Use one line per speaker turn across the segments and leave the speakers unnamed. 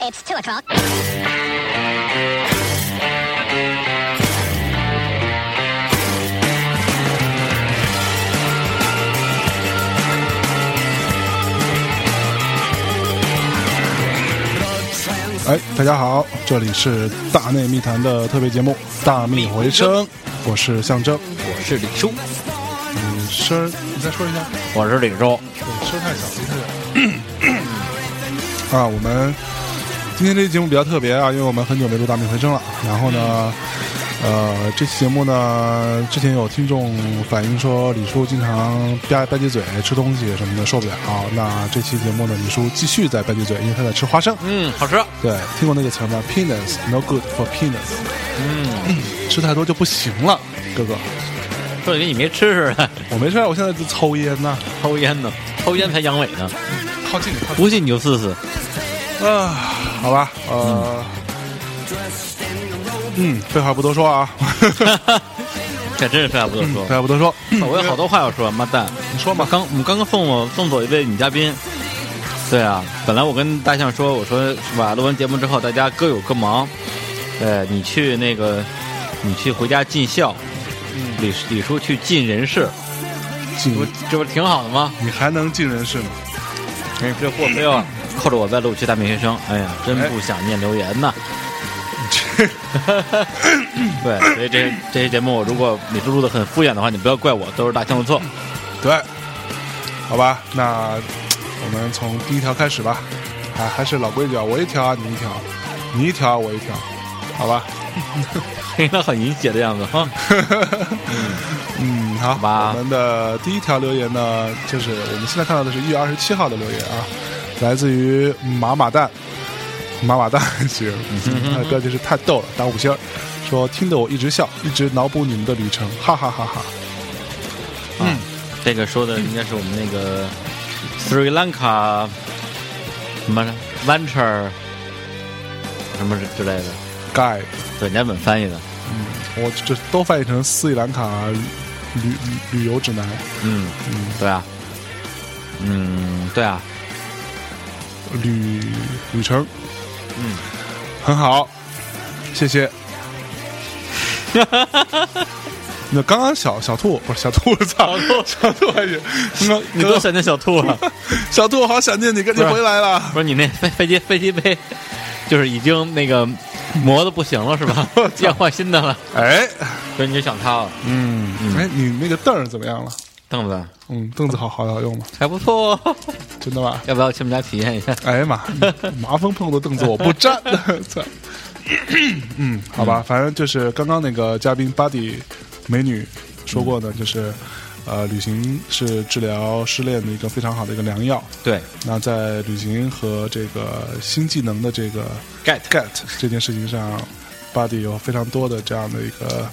It's two o'clock.
Trans
哎，大家好，这里是大内密谈的特别节目《大秘回声》，我是象征。
我是李叔，
你声儿，你再说一下，
我是李叔，
对，声儿太小，离太远。啊，我们今天这期节目比较特别啊，因为我们很久没录《大秘回声》了。然后呢，呃，这期节目呢，之前有听众反映说李叔经常吧吧唧嘴、吃东西什么的受不了。那这期节目呢，李叔继续在吧唧嘴，因为他在吃花生。
嗯，好吃，
对，听过那个词儿吗？Penis no good for penis。嗯，吃太多就不行了，哥哥。
说的跟你没吃似的，
我没事儿，我现在就抽烟呢。
抽烟呢，抽烟才阳痿呢，
靠近你，靠
不信你就试试。
近啊，好吧，呃，嗯，废话不多说啊，
这真是废话不多说
废，话不多说，
嗯我有好多话要说，妈蛋，
你说
我
吧。
刚我们刚刚送我送走一位女嘉宾，对啊，本来我跟大象说，我说是吧，录完节目之后大家各有各忙，呃，你去那个，你去回家尽孝，李李叔去尽人事，这
进
不，这不挺好的吗？
你还能进人事吗？
哎，这货非要扣着我在录取大明学生，嗯哎呀，真不想念留言呐。对，所以这这些节目，如果你是录的很敷衍的话，你不要怪我，都是大象的错。
对，好吧，那我们从第一条开始吧。还还是老规矩啊，我一条啊，你一条，你一条啊我一条，好吧？
听着很淫邪的样子哈。啊
嗯，好，
好吧
我们的第一条留言呢，就是我们现在看到的是一月二十七号的留言啊，来自于马马蛋，马马蛋行，
嗯
他的标题是太逗了，打五星儿，说听得我一直笑，一直脑补你们的旅程，哈哈哈哈。
嗯，这个说的应该是我们那个 Sri Lanka 什么 Venture 什么之类的，
盖，
对，人家本翻译的。
我这都翻译成斯里兰卡旅旅游指南，
嗯，对啊，嗯，对 啊，
旅旅程，
嗯，
很好，谢 谢。那刚刚小小兔不是小兔，操，小兔还是刚
你
刚
多想念小兔啊！
小兔，好想念你，赶紧
不是
回来了。
不是你那飞飞机飞机杯，就是已经那个磨的不行了是 吧？要换新的了，
哎，
所以你就想它了。
嗯，哎，你那个凳儿怎么样了？
凳子
嗯，凳子好好好用吗？
还不错哦，
真的吗？
要不要去我们家体验一下？
哎呀妈，麻风碰到凳子我不 沾，操。嗯，好吧，反正就是刚刚那个嘉宾 Buddy 美女说过的，就是呃，旅行是治疗失恋的一个非常好的一个良药。
对
那在旅行和这个新技能的这个
，get
get 这件事情上，Buddy 有非常多的这样的一个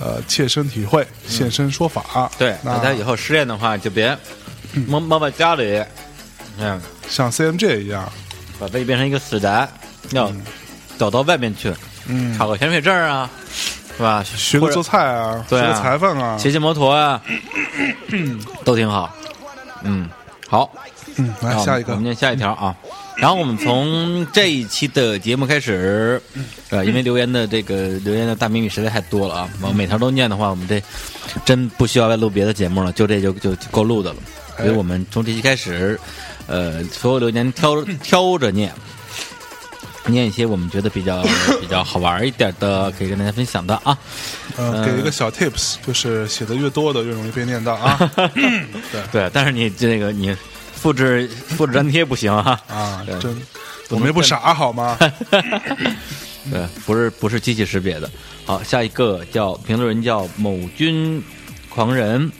呃切身体会、现身说法。
嗯对，
那
大家以后失恋的话就别猫猫在家里，嗯，
像 CMJ 一样，
把自己变成一个死宅，要走到外面去，
嗯，
考个潜水证啊，是吧？
学
或
个
者
做菜啊，
对啊
学个裁缝啊，
骑骑摩托啊，都挺好。嗯，好，
嗯，来
那
下一
啊我
个
们，念下一条啊。然后我们从这一期的节目开始，呃，因为留言的这个留言的大秘密实在太多了啊，我每条都念的话，我们这真不需要再录别的节目了，就这就就就够录的了。
哎
所以我们从这期开始，呃，所有留言挑 挑着念，念一些我们觉得比较 比较好玩一点的，可以跟大家分享的啊。
呃，给一个小 tips，就是写的越多的越容易被念到 啊
对，但是你这个你复制复制粘贴不行啊。
啊
对，
真。我们也不傻好 吗？
对，不是不是机器识别的。好，下一个叫评论人叫某君狂人，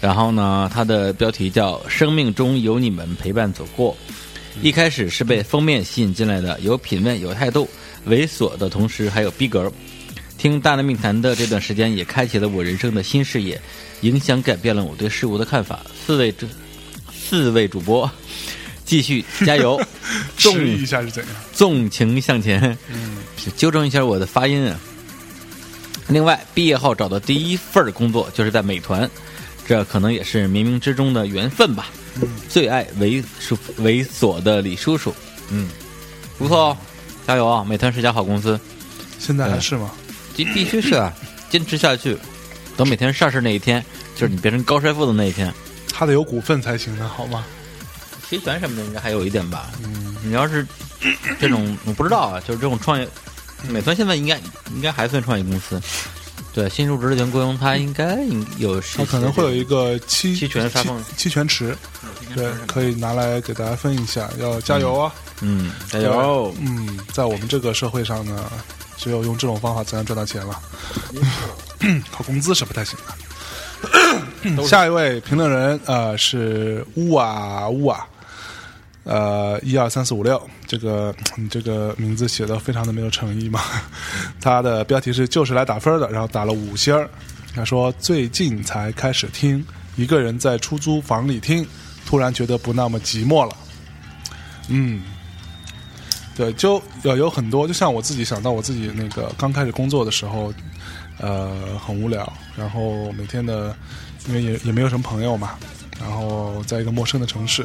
然后呢，他的标题叫“生命中有你们陪伴走过”。一开始是被封面吸引进来的，有品味、有态度，猥琐的同时还有逼格。听《大内密谈》的这段时间，也开启了我人生的新视野，影响改变了我对事物的看法。四位主，四位主播，继续加油！
迟
纵
疑一下是怎样？
纵情向前。嗯，纠正一下我的发音啊。另外，毕业后找的第一份儿工作就是在美团，这可能也是冥冥之中的缘分吧。最爱猥琐猥琐的李叔叔，嗯，不错哦，加油啊！美团是家好公司，
现在还是吗？
必必须是啊， 坚持下去，等美团上市那一天，就是你变成高帅富的那一天。
他得有股份才行呢，好吗？
期权什么的应该还有一点吧。
嗯
你要是这种，我不知道啊，就是这种创业，美团现在应该应该还算创业公司。对，新入职的员工，他应该应有
他可能会有一个期
期权发放嗯
期期权池，对，可以拿来给大家分一下，要加油啊！
嗯，加油！
嗯，在我们这个社会上呢，只有用这种方法才能赚到钱了，靠工资是不太行的。嗯下一位评论人呃是乌啊乌啊，呃一二三四五六，这个你这个名字写的非常的没有诚意嘛。他的标题是就是来打分的，然后打了五星儿。他说最近才开始听，一个人在出租房里听，突然觉得不那么寂寞了。嗯，对，就有有很多，就像我自己想到我自己那个刚开始工作的时候，呃，很无聊，然后每天的，因为也也没有什么朋友嘛，然后在一个陌生的城市，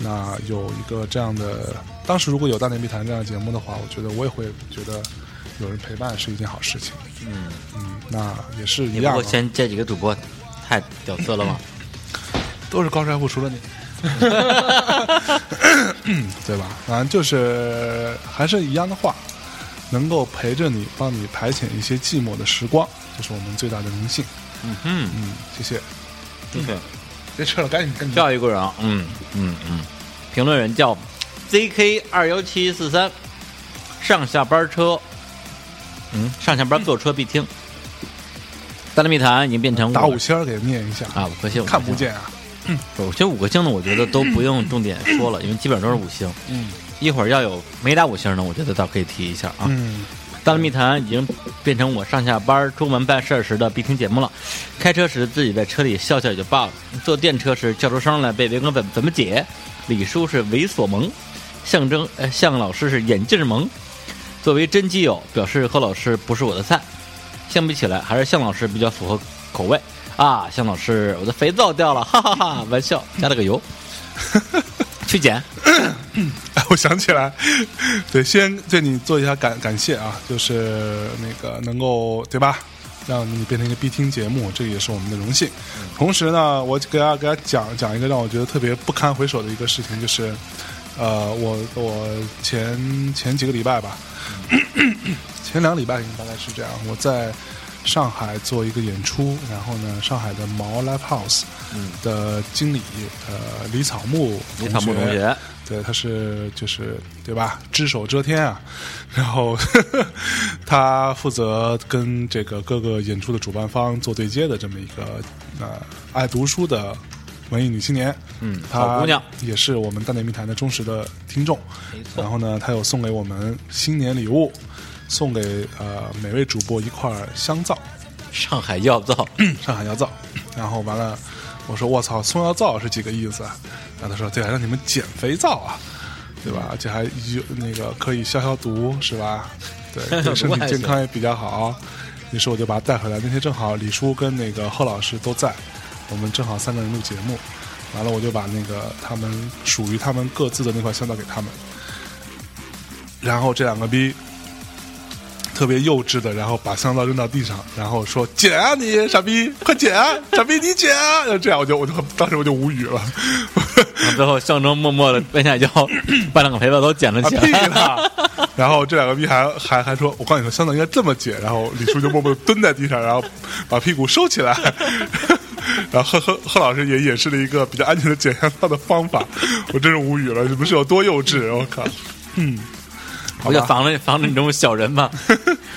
那有一个这样的，当时如果有《大内密谈》这样的节目的话，我觉得我也会觉得有人陪伴是一件好事情。嗯嗯，那也是一
你不
样啊
过
嘛，
先这几个主播太屌丝了吧？
都是高帅富，除 了你。对吧？反正就是还是一样的话，能够陪着你，帮你排遣一些寂寞的时光，这是我们最大的荣幸。
嗯嗯，
嗯，谢谢。
对。
别吃了，赶紧跟你。
下一个人啊，嗯嗯嗯，评论人叫 ZK 二幺七四三，上下班车，嗯，上下班坐车必听。大内密谈已经变成
打五星儿给念一下，
啊，五颗星，
看不。见啊。
我觉得五颗星的，我觉得都不用重点说了，因为基本上都是五星。
嗯
一会儿要有没打五星的，我觉得倒可以提一下啊。
嗯，
大内密谈已经变成我上下班、出门办事儿时的必听节目了。开车时自己在车里笑笑也就罢了，坐电车时叫出声来被围攻怎怎么解？李叔是猥琐萌，象征呃向老师是眼镜萌。作为真基友，表示何老师不是我的菜。相比起来，还是向老师比较符合口味啊。向老师，我的肥皂掉了，哈哈哈玩笑，加了个油，去捡。
哎， 我想起来，对，先对你做一下感感谢啊，就是那个能够对吧，让你变成一个必听节目，这也是我们的荣幸。同时呢，我给大家给大家讲讲一个让我觉得特别不堪回首的一个事情，就是呃，我我前前几个礼拜吧，前两个礼拜大概是这样，我在上海做一个演出，然后呢，上海的毛 Live House 的经理、呃李草木
李草木同学，
对，他是就是对吧？只手遮天啊，然后 他负责跟这个各个演出的主办方做对接的这么一个呃爱读书的文艺女青年，
嗯好
她
姑娘
也是我们大内密谈的忠实的听众。
没错
然后呢，她有送给我们新年礼物，送给呃每位主播一块儿香皂，
上海药皂，
上海药皂，然后完了，我说我操，送药皂是几个意思啊？然后他说对啊，让你们减肥皂啊，对吧？而且还有那个可以消消毒是吧？对，对身体健康也比较好。于是我就把它带回来。那天正好李叔跟那个贺老师都在，我们正好三个人录节目。完了，我就把那个他们属于他们各自的那块香皂给他们。然后这两个逼特别幼稚的，然后把香皂扔到地上，然后说：“捡啊你傻逼，快捡啊，傻逼你捡啊！”就这样，我就我就当时我就无语了，
然后最后象征默默的弯下腰， 把两个肥皂都捡了
啊
起
屁
来。
啦！然后这两个逼还还还说：“我告诉你说，香皂应该这么捡。”然后李叔就默默地蹲在地上，然后把屁股收起来。 然后贺贺贺老师也演示了一个比较安全的捡香皂的方法， 我真是无语了，你们是有多幼稚？我靠！
我就防着防着你这种小 人嘛，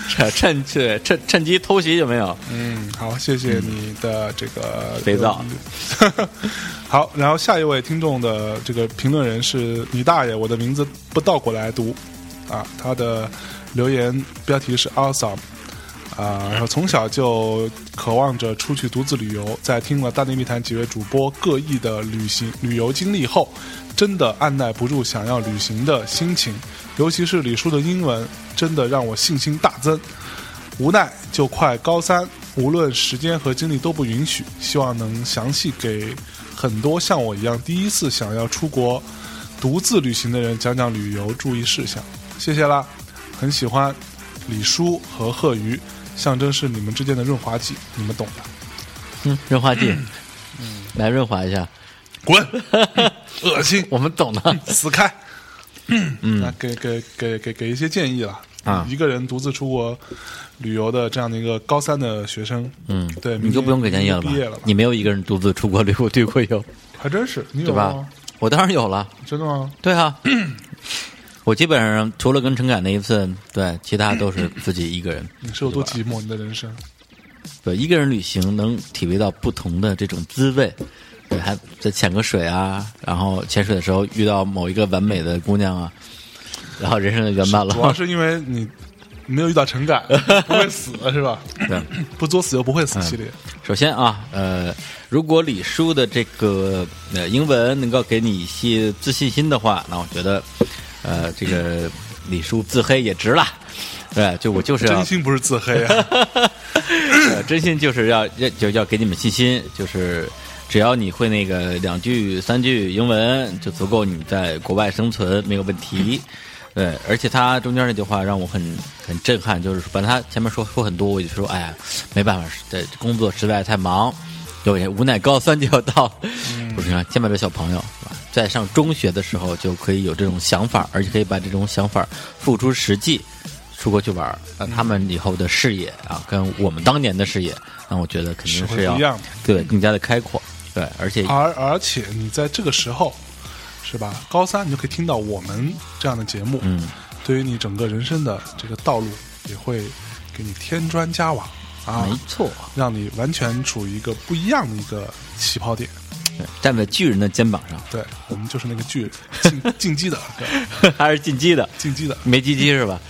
趁趁趁趁趁机偷袭有没有？
嗯，好，谢谢你的这个
嗯肥皂。
好，然后下一位听众的这个评论人是李大爷，我的名字不倒过来读啊，他的留言标题是 awesome。啊，然后从小就渴望着出去独自旅游，在听了《大内密谈》几位主播各异的旅行旅游经历后，真的按耐不住想要旅行的心情，尤其是李叔的英文，真的让我信心大增。无奈就快高三，无论时间和精力都不允许，希望能详细给很多像我一样第一次想要出国独自旅行的人讲讲旅游注意事项。谢谢啦，很喜欢李叔和贺鱼，象征是你们之间的润滑剂，你们懂的。
嗯，润滑剂，
嗯
来润滑一下，
滚， 恶心，
我们懂的。
死开。嗯，那给给给给给一些建议了
啊
一个人独自出国旅游的这样的一个高三的学生，
嗯，
对，
你就不用给建议了吧
毕业了吧？？啊
你没有一个人独自出国旅游旅过游，
还真是，你有
对吧
吗？？
我当然有了，
真的吗？
对啊，我基本上除了跟陈凯那一次，对，其他都是自己一个人。
你是有多寂寞？你的人生，
对，一个人旅行能体会到不同的这种滋味。对，还再潜个水啊，然后潜水的时候遇到某一个完美的姑娘啊，然后人生就圆满
主要
了。
是因为你没有遇到陈 感，不会死是吧？
对，嗯
不作死又不会死系列，
首先啊，呃，如果李叔的这个呃英文能够给你一些自信心的话，那我觉得，呃，这个李叔自黑也值了。对，就我就是啊要
真心不是自黑啊。
呃，真心就是要要就要给你们信心，就是只要你会那个两句三句英文，就足够你在国外生存没有问题。对，而且他中间那句话让我很很震撼，就是反正他前面说说很多，我就说哎呀，没办法，这工作实在太忙，对，无奈高三就要到了。
嗯
我说你看现在这小朋友是吧，在上中学的时候就可以有这种想法，而且可以把这种想法付诸实际，出国去玩儿，
嗯
那他们以后的视野啊，跟我们当年的视野，那我觉得肯定是
是会
要
不一样的啊
对更加的开阔，对，而且
而而且你在这个时候，是吧？高三你就可以听到我们这样的节目，
嗯，
对于你整个人生的这个道路也会给你添砖加瓦啊，
没错，
让你完全处于一个不一样的一个起跑点。
对站在巨人的肩膀 上，
对我们就是那个巨人进进击的，对
还是进击的，
进击的。
没鸡鸡是吧？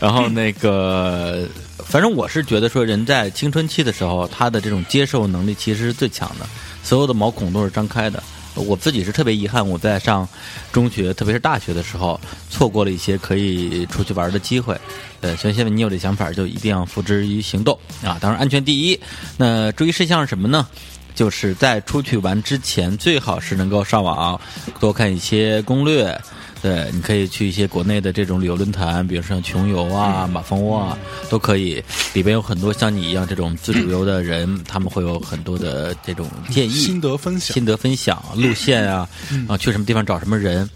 然后那个，反正我是觉得说，人在青春期的时候，他的这种接受能力其实是最强的，所有的毛孔都是张开的。我自己是特别遗憾，我在上中学，特别是大学的时候，错过了一些可以出去玩的机会。呃，所以现在你有这想法，就一定要付之于行动啊！当然，安全第一。那注意事项是什么呢？就是在出去玩之前，最好是能够上网啊多看一些攻略。对，你可以去一些国内的这种旅游论坛，比如说像穷游啊、马蜂窝啊，都可以。里边有很多像你一样这种自助游的人，他们会有很多的这种建议、
心得分享
心得分享、路线啊，
嗯
啊，去什么地方找什么人，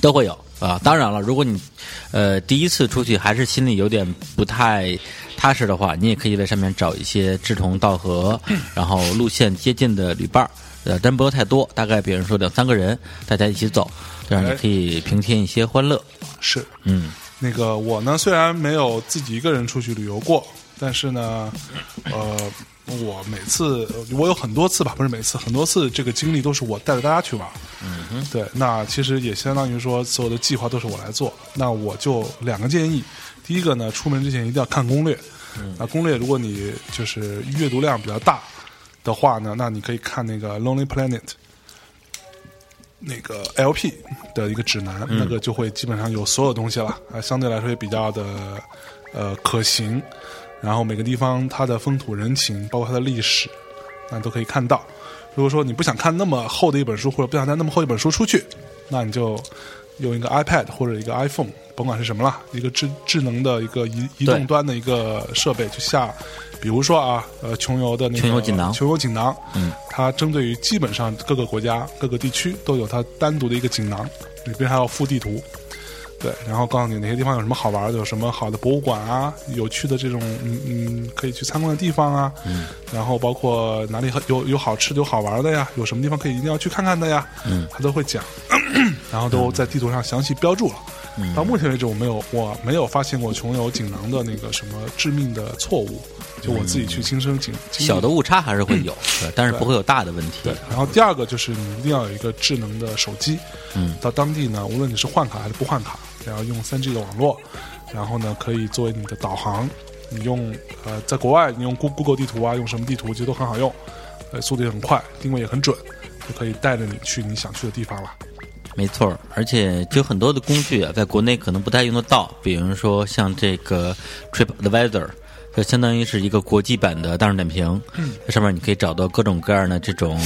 都会有啊。当然了，如果你呃第一次出去还是心里有点不太踏实的话，你也可以在上面找一些志同道合，然后路线接近的旅伴儿，呃，但不要太多，大概比如说两三个人，大家一起走，这样你
哎
可以平添一些欢乐。
是
嗯，
那个我呢，虽然没有自己一个人出去旅游过，但是呢，呃，我每次我有很多次吧，不是每次，很多次这个经历都是我带着大家去玩。嗯，对，那其实也相当于说所有的计划都是我来做。那我就两个建议，第一个呢，出门之前一定要看攻略。那攻略如果你就是阅读量比较大的话呢，那你可以看那个《Lonely Planet》。那个 LP 的一个指南，
嗯
那个就会基本上有所有东西了啊，相对来说也比较的呃可行。然后每个地方它的风土人情，包括它的历史，那都可以看到。如果说你不想看那么厚的一本书，或者不想带那么厚一本书出去，那你就用一个 iPad 或者一个 iPhone，甭管是什么了，一个智智能的一个移移动端的一个设备去下，比如说啊，呃，穷游的那个
穷游锦囊
穷游锦囊，嗯，它针对于基本上各个国家、各个地区都有它单独的一个锦囊，里边还有附地图。对，然后告诉你哪些地方有什么好玩的，有什么好的博物馆啊，有趣的这种嗯嗯可以去参观的地方啊，嗯，然后包括哪里很有有好吃的、有好玩的呀，有什么地方可以一定要去看看的呀，嗯，他都会讲， 然后都在地图上详细标注了。到目前为止，我没有我没有发现过穷游锦囊的那个什么致命的错误，就我自己去亲身经经历
小的误差还是会有，对但是不会有大的问题
嗯对。，然后第二个就是你一定要有一个智能的手机，
嗯，
到当地呢，无论你是换卡还是不换卡，然后用三 G 的网络，然后呢可以作为你的导航，你用呃在国外你用 Goo- Google 地图啊，用什么地图其实都很好用，呃速度也很快，定位也很准，就可以带着你去你想去的地方了。
没错儿，而且就很多的工具啊，在国内可能不太用得到，比如说像这个 TripAdvisor，这相当于是一个国际版的大众点评。嗯，这上面你可以找到各种各样的这种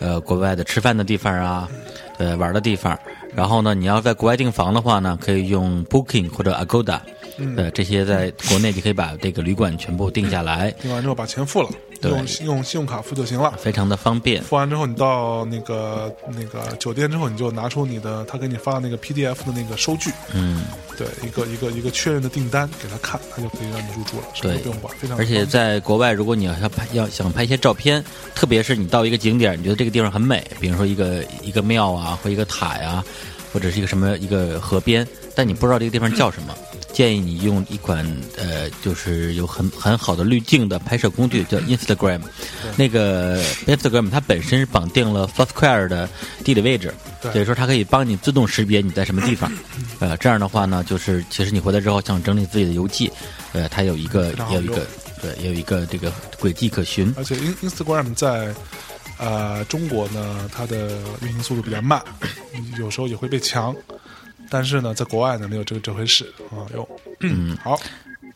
呃国外的吃饭的地方啊，呃玩的地方，然后呢，你要在国外订房的话呢，可以用 Booking 或者 Agoda，呃，这些在国内就可以把这个旅馆全部定下来，
订完之后把钱付了，
对
用信用信用卡付就行了。
非常的方便。
付完之后，你到那个那个酒店之后，你就拿出你的他给你发的那个 PDF 的那个收据，
嗯，
对，一个一个一个确认的订单给他看，他就可以让你入住了，什么都不用管，非常
而
方
且
便
在国外，如果你要要拍要想拍一些照片，特别是你到一个景点，你觉得这个地方很美，比如说一个一个庙啊，或一个塔呀、或者是一个什么一个河边，但你不知道这个地方叫什么，
嗯
建议你用一款呃，就是有很很好的滤镜的拍摄工具，叫 Instagram。那个 Instagram 它本身是绑定了 Foursquare 的地理位置，
对
所以说它可以帮你自动识别你在什么 地方。呃，这样的话呢，就是其实你回来之后想整理自己的游记，呃，它有一个
常好
有一个
用
对有一个这个轨迹可循。
而且 In Instagram 在呃中国呢，它的运行速度比较慢，有时候也会被强。但是呢，在国外呢，没有这个这回事啊。有，嗯，好，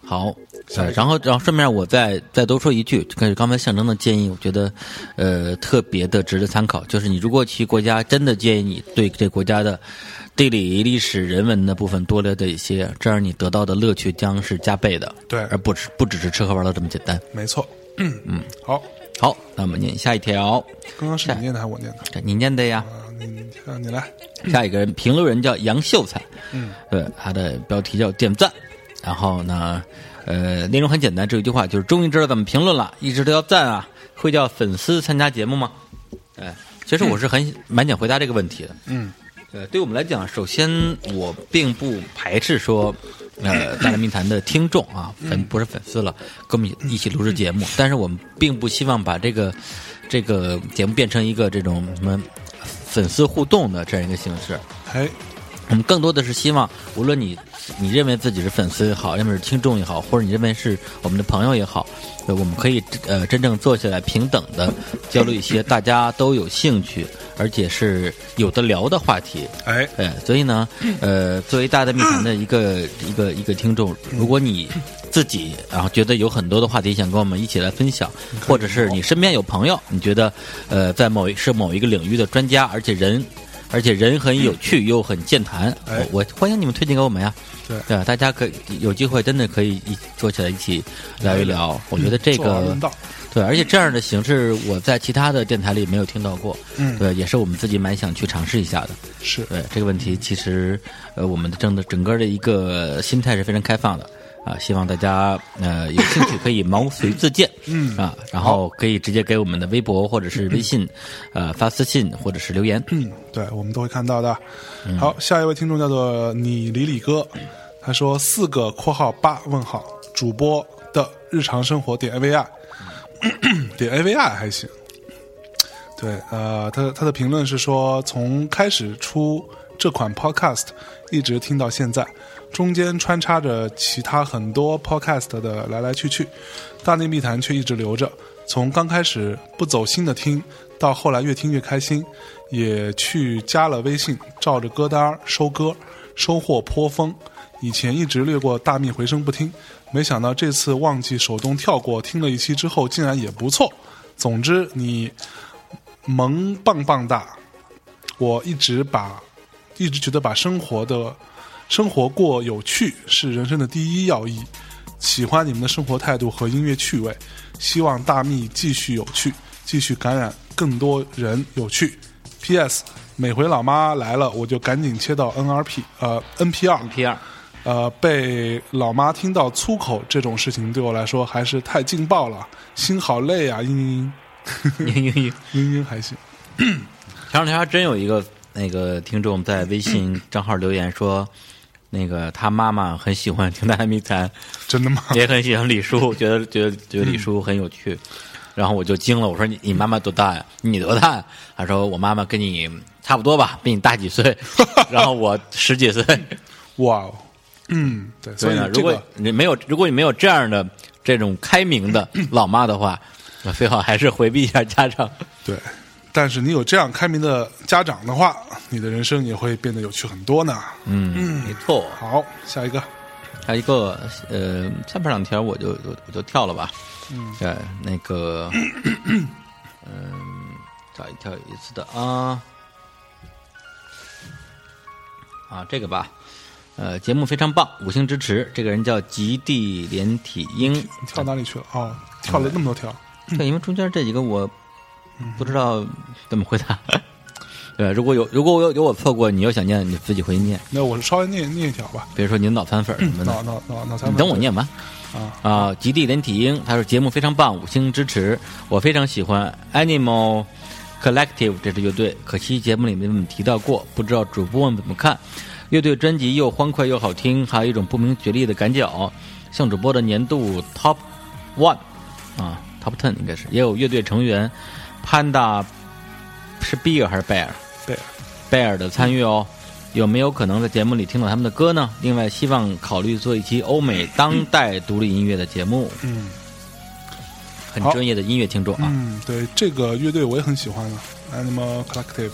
好，
下一
呃，
个
然后然后顺便我再再多说一句，就跟刚才象征的建议，我觉得呃特别的值得参考。就是你如果去国家，真的建议你对这国家的地理、历史、人文的部分多了解一些，这样你得到的乐趣将是加倍的，
对
而不只不只是吃喝玩乐这么简单。
没错，嗯，好，
好，那我们念下一条，
刚刚是你念的还是我念的？
这你念的呀。
啊，你你啊你来，
下一个人评论人叫杨秀才，嗯，对，他的标题叫点赞，然后呢，呃，内容很简单，只有一句话，就是终于知道怎么评论了，一直都要赞啊，会叫粉丝参加节目吗？哎，其实我是很、蛮想回答这个问题的，
嗯，
呃，对我们来讲，首先我并不排斥说，呃，大内密谈的听众啊，粉不是粉丝了，跟我们一起录制节目，但是我们并不希望把这个这个节目变成一个这种什么粉丝互动的这样一个形式。
哎，
我们更多的是希望，无论你你认为自己是粉丝也好，认为是听众也好，或者你认为是我们的朋友也好，呃，我们可以呃真正坐下来平等的交流一些大家都有兴趣，而且是有的聊的话题。
哎，
呃，所以呢，呃，作为大的密谈的一个
嗯
一个一个听众，如果你自己然后觉得有很多的话题想跟我们一起来分享，
嗯
或者是你身边有朋友，你觉得呃在某一是某一个领域的专家，而且人而且人很有趣又很健谈，
哎
我我欢迎你们推荐给我们呀。
对
对吧，大家可以有机会真的可以一坐起来一起呃聊一聊，我觉得这
坐而
个
论道，
对，而且这样的形式我在其他的电台里没有听到过，
嗯
对，也是我们自己蛮想去尝试一下的。
是
对这个问题，其实呃，我们的整的整个的一个心态是非常开放的啊，希望大家呃有兴趣可以毛遂自荐，嗯啊，然后可以直接给我们的微博或者是微信，呃发私信或者是留言。
嗯对，我们都会看到的。好，下一位听众叫做你李李哥，他说四个括号八问号主播的日常生活点 AVI，点 AVI 还行。对，呃，他他的评论是说，从开始出这款 Podcast 一直听到现在，中间穿插着其他很多 Podcast 的来来去去，大内密谈却一直留着。从刚开始不走心的听，到后来越听越开心，也去加了微信，照着歌单儿收歌，收获颇丰。以前一直略过大密回声不听，没想到这次忘记手动跳过，听了一期之后竟然也不错。总之你萌棒棒哒！我一直把，一直觉得把生活的生活过有趣是人生的第一要义。喜欢你们的生活态度和音乐趣味，希望大蜜继续有趣，继续感染更多人有趣。P.S. 每回老妈来了，我就赶紧切到 N.R.P. 呃 N.P.R.
P 二，
呃，被老妈听到粗口这种事情，对我来说还是太劲爆了，心好累啊！嘤嘤
嘤嘤嘤。
嘤嘤嘤还行，
前两天还真有一个那个听众在微信账号留言说，那个他妈妈很喜欢听大家密谈，
真的吗？
也很喜欢李叔，觉得觉得觉得李叔很有趣。然后我就惊了，我说你你妈妈多大呀？你多大呀？他说我妈妈跟你差不多吧，比你大 几岁，然后我十几岁。
哇哦，嗯，对， 所
对
以
呢，
这
如果
个
你没有如果你没有这样的这种开明的老妈的话， 那最好还是回避一下家长。
对，但是你有这样开明的家长的话，你的人生也会变得有趣很多呢。
嗯，没错。
好，下一个，
还有一个呃，下边两条我就我我就跳了吧。嗯，对，那个， 嗯，找一条有意思的啊。啊，这个吧，呃，节目非常棒，五星支持。这个人叫极地连体婴，
你跳哪里去了？
嗯
哦，跳了那么多条，
对，因为中间这几个我
嗯
不知道怎么回答。 对，如果有如果我有有我错过，你又想念，你自己回去念。
那我稍微念念一条吧。
比如说你的脑残粉什么的，
嗯脑脑脑脑残
嗯
粉，
你等我念完。
啊
啊，极地连体婴，他说节目非常棒，五星支持，我非常喜欢 Animal Collective 这支乐队，可惜节目里没怎么提到过，不知道主播们怎么看。乐队专辑又欢快又好听，还有一种不明觉厉的感脚，像主播的年度 Top One 啊，Top Ten 应该是，也有乐队成员潘达是比尔还是贝尔？
贝尔
贝尔的参与哦。有没有可能在节目里听到他们的歌呢？另外，希望考虑做一期欧美当代独立音乐的节目，
嗯
很
好
专业的音乐听众啊。
嗯，对，这个乐队我也很喜欢的，Animal 啊 Collective。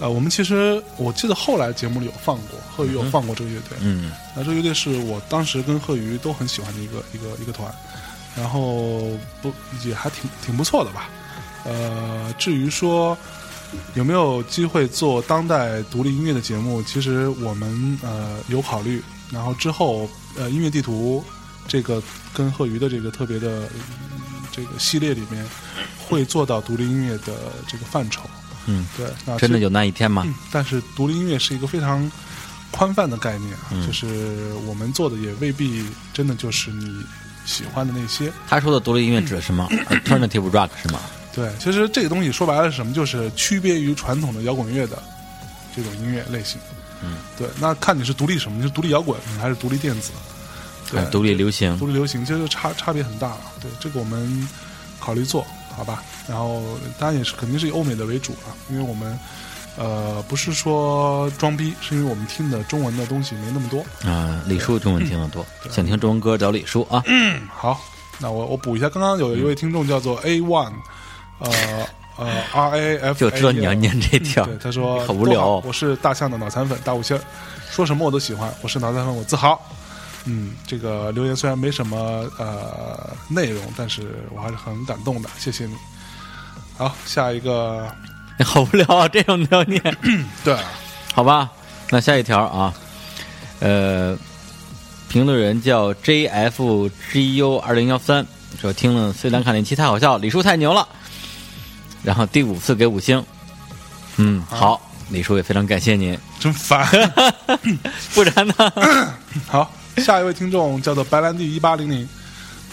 呃，我们其实我记得后来节目里有放过，贺宇有放过这个乐队。
嗯
那这个乐队是我当时跟贺宇都很喜欢的一个一个一个团，然后不也还挺挺不错的吧。呃，至于说有没有机会做当代独立音乐的节目，其实我们呃有考虑，然后之后呃音乐地图这个跟贺宇的这个特别的、嗯这个系列里面会做到独立音乐的这个范畴。
嗯，
对，那
真的
这
有那一天吗？
嗯，但是独立音乐是一个非常宽泛的概念啊，就是我们做的也未必真的就是你喜欢的那些。
他说的独立音乐指的是 什么呃？Alternative rock 是吗？
对，其实这个东西说白了是什么，就是区别于传统的摇滚乐的这种音乐类型。
嗯，
对，那看你是独立什么，你是独立摇滚，你还是独立电子，对，
哎独立流行
独立流行，其实差差别很大了。啊对，这个我们考虑做好吧。然后当然也是肯定是以欧美的为主了，因为我们呃不是说装逼，是因为我们听的中文的东西没那么多。
啊，李叔中文听得多，想听中文歌找李叔啊。
嗯好，那我我补一下，刚刚
嗯
有一位听众叫做 A One，呃呃 R A F，
就知道你要念这条，
哎对，他说
好无聊
多
哦
我是大象的脑残粉大五星儿，说什么我都喜欢，我是脑残粉，我自豪。嗯，这个留言虽然没什么呃内容，但是我还是很感动的，谢谢你。好，下一个，
好无聊啊，这种都要念。
对啊，
好吧，那下一条啊，呃，评论人叫 JFGU 二零幺三说听了斯里兰卡那期太好笑了，李叔太牛了，然后第五次给五星，嗯，好，李叔也非常感谢您，
真烦。
不然呢，
好，下一位听众叫做白兰地一八零零，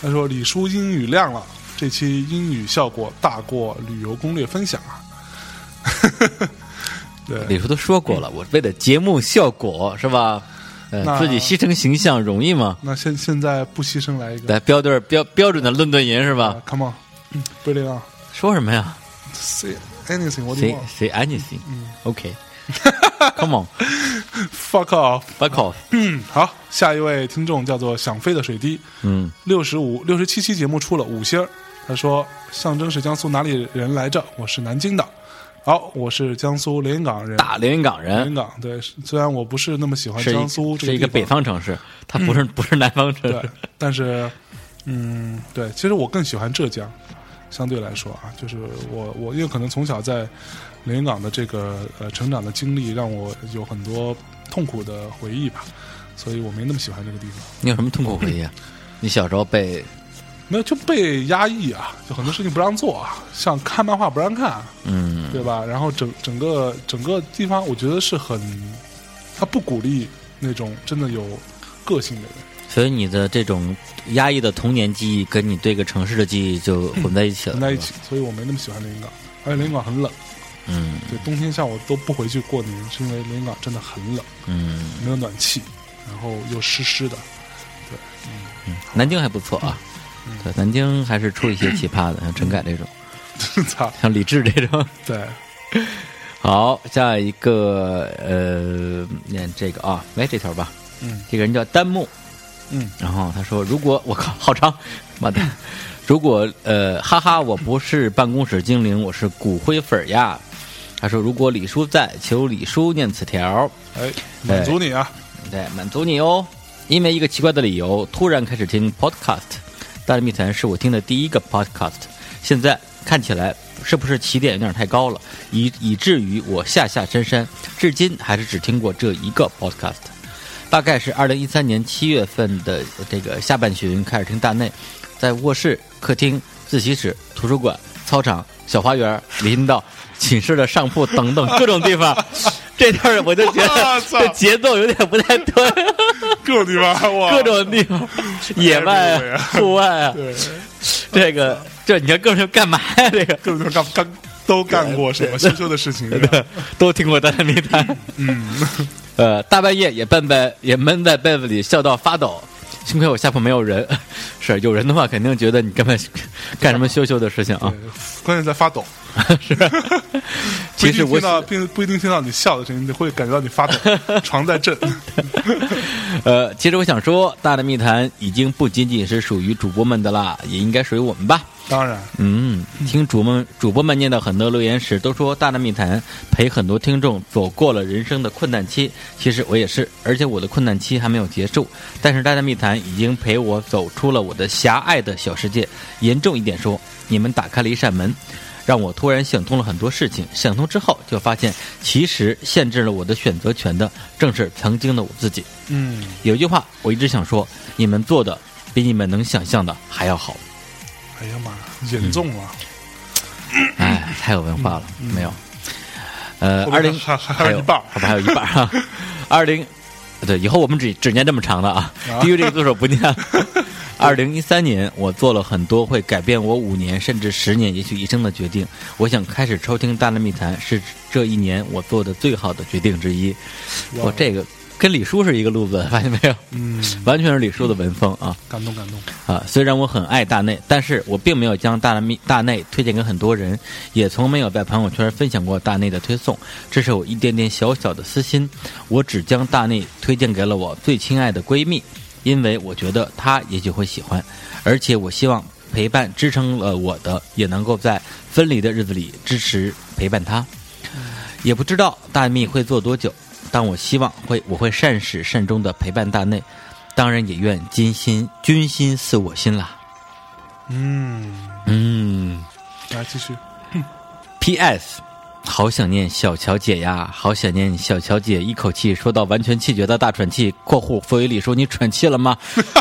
他说李叔英语亮了，这期英语效果大过旅游攻略分享啊。对，
李叔都说过了，我为了节目效果是吧，
那
呃，自己牺牲形象容易吗？
那现现在不牺牲来一个
来标对标标准的论断银是吧？
，Come on，嗯 brilliant。
说什么呀？
say anything what you
谁
want.
谁 anything？OK，Come on，fuck
Fuck off！
off，
嗯，好，下一位听众叫做想飞的水滴，
嗯。
六十五六十七期节目出了五星儿，他说象征是江苏哪里人来着？我是南京的，好，我是江苏连云港人，
大连云港
连
人
云港对，虽然我不是那么喜欢
是
嗯江
一
苏这
是一
个地
个北
方，嗯
方城市，它不是不是南方城市
对。， 但是嗯，对，其实我更喜欢浙江，相对来说啊，就是我我因为可能从小在连云港的这个呃成长的经历，让我有很多痛苦的回忆吧，所以我没那么喜欢这个地方。
你有什么痛苦回忆啊？你小时候被
没有就被压抑啊，就很多事情不让做啊，像看漫画不让看，
嗯
对吧？然后整整个整个地方，我觉得是很，他不鼓励那种真的有个性的人。
所以你的这种压抑的童年记忆跟你对个城市的记忆就混在一起了，
混在一
是吧。
起，所以我没那么喜欢连云港。而且连云港很冷，
嗯
对，冬天像我都不回去过年，是因为连云港真的很冷，
嗯，
没有暖气，然后又湿湿的。
南京还不错啊。
嗯
对，南京还是出一些奇葩的，像陈凯这种，
操，
像李志这种。
对，
好，下一个呃，念这个啊，来这条吧。
嗯
这个人叫丹木，
嗯，
然后他说：“如果我靠，好长，妈的！ 如果呃，哈哈，我不是办公室精灵，我是骨灰粉儿呀。”他说：“如果李叔在，求李叔念此条，
哎，满足你啊，
对，满足你哦。因为一个奇怪的理由，突然开始听 podcast，《大内密谈》是我听的第一个 podcast。现在看起来是不是起点有点太高了，以以至于我下下深山，至今还是只听过这一个 podcast。大概是二零一三年七月份的这个下半旬开始听大内，在卧室、客厅、自习室、图书馆、操场、小花园、林道、寝室的上铺等等各种 地方。这段儿我就觉
我
得
操
这节奏有点不太对，
各种地方哇，
各种地 方，野外啊、户外啊，
对，
这个这你看各种干嘛呀？这个
各种干干都干过什么羞羞的事 情？
都听过《大内密探》。
嗯，
呃，大半夜也笨笨也闷在被子里笑到发抖，幸亏我下铺没有人， 是有人的话肯定觉得你根本 干什么羞羞的事情啊，
关键在发抖。
是。
不一
其实
定
我
听到，并不一定听到你笑的声音，你会感觉到你发抖， 床在震。
呃，其实我想说，《大内密谈》已经不仅仅是属于主播们的啦，也应该属于我们吧。
当然，
嗯，听主们主播们念到很多留言时，都说《大内密谈》陪很多听众走过了人生的困难期。其实我也是，而且我的困难期还没有结束。但是《大内密谈》已经陪我走出了我的狭隘的小世界。严重一点说，你们打开了一扇门，让我突然想通了很多事情。想通之后，就发现其实限制了我的选择权的，正是曾经的我自己。
嗯，
有一句话我一直想说：你们做的比你们能想象的还要好。
哎呀妈，呀，严重了。
哎，太有文化了，没有。呃，
后面
二 零
还还还有一半儿
还 有一半儿啊。二零，对，以后我们只只念这么长的啊，低于这个字数不念了。 二零一三年，我做了很多会改变我五年甚至十年，也许一生的决定。我想开始收听《大内密谈》，是这一年我做的最好的决定之一。我这个跟李叔是一个路子，发现没有？
嗯，
完全是李叔的文风啊。
感动感动。
啊，虽然我很爱大内，但是我并没有将大内大内推荐给很多人，也从没有在朋友圈分享过大内的推送，这是我一点点小小的私心。我只将大内推荐给了我最亲爱的闺蜜，因为我觉得她也许会喜欢，而且我希望陪伴支撑了我的，也能够在分离的日子里支持陪伴她。也不知道大秘会做多久，但我希望会我会善始善终的陪伴大内，当然也愿君心君心似我心啦。
嗯，
嗯
来继续。
，P.S. 好想念小乔姐呀，好想念小乔姐！一口气说到完全气绝的大喘气。（括弧佛语里说你喘气了 吗？）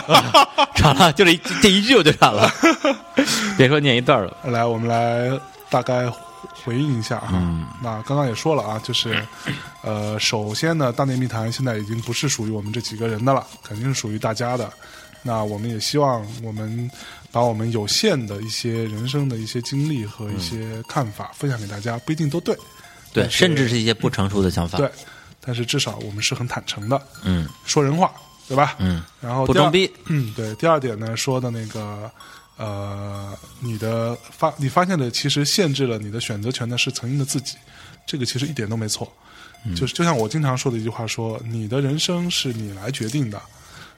啊喘了，就这一这一句我就 喘了，别说念一段了。
来，我们来大概回应一下啊。那刚刚也说了啊，就是，呃，首先呢，《大内密谈》现在已经不是属于我们这几个人的了，肯定是属于大家的。那我们也希望我们把我们有限的一些人生的一些经历和一些看法分享给大家，不一定都对，
对，
但是
甚至是一些不成熟的想法。
对，但是至少我们是很坦诚的，
嗯
说人话，对吧？
嗯，
然后
不
第二
装逼。
嗯， 对。第二点呢，说的那个，呃，你的发你发现的其实限制了你的选择权的是曾经的自己，这个其实一点都没错。
嗯
就是就像我经常说的一句话说，你的人生是你来决定的，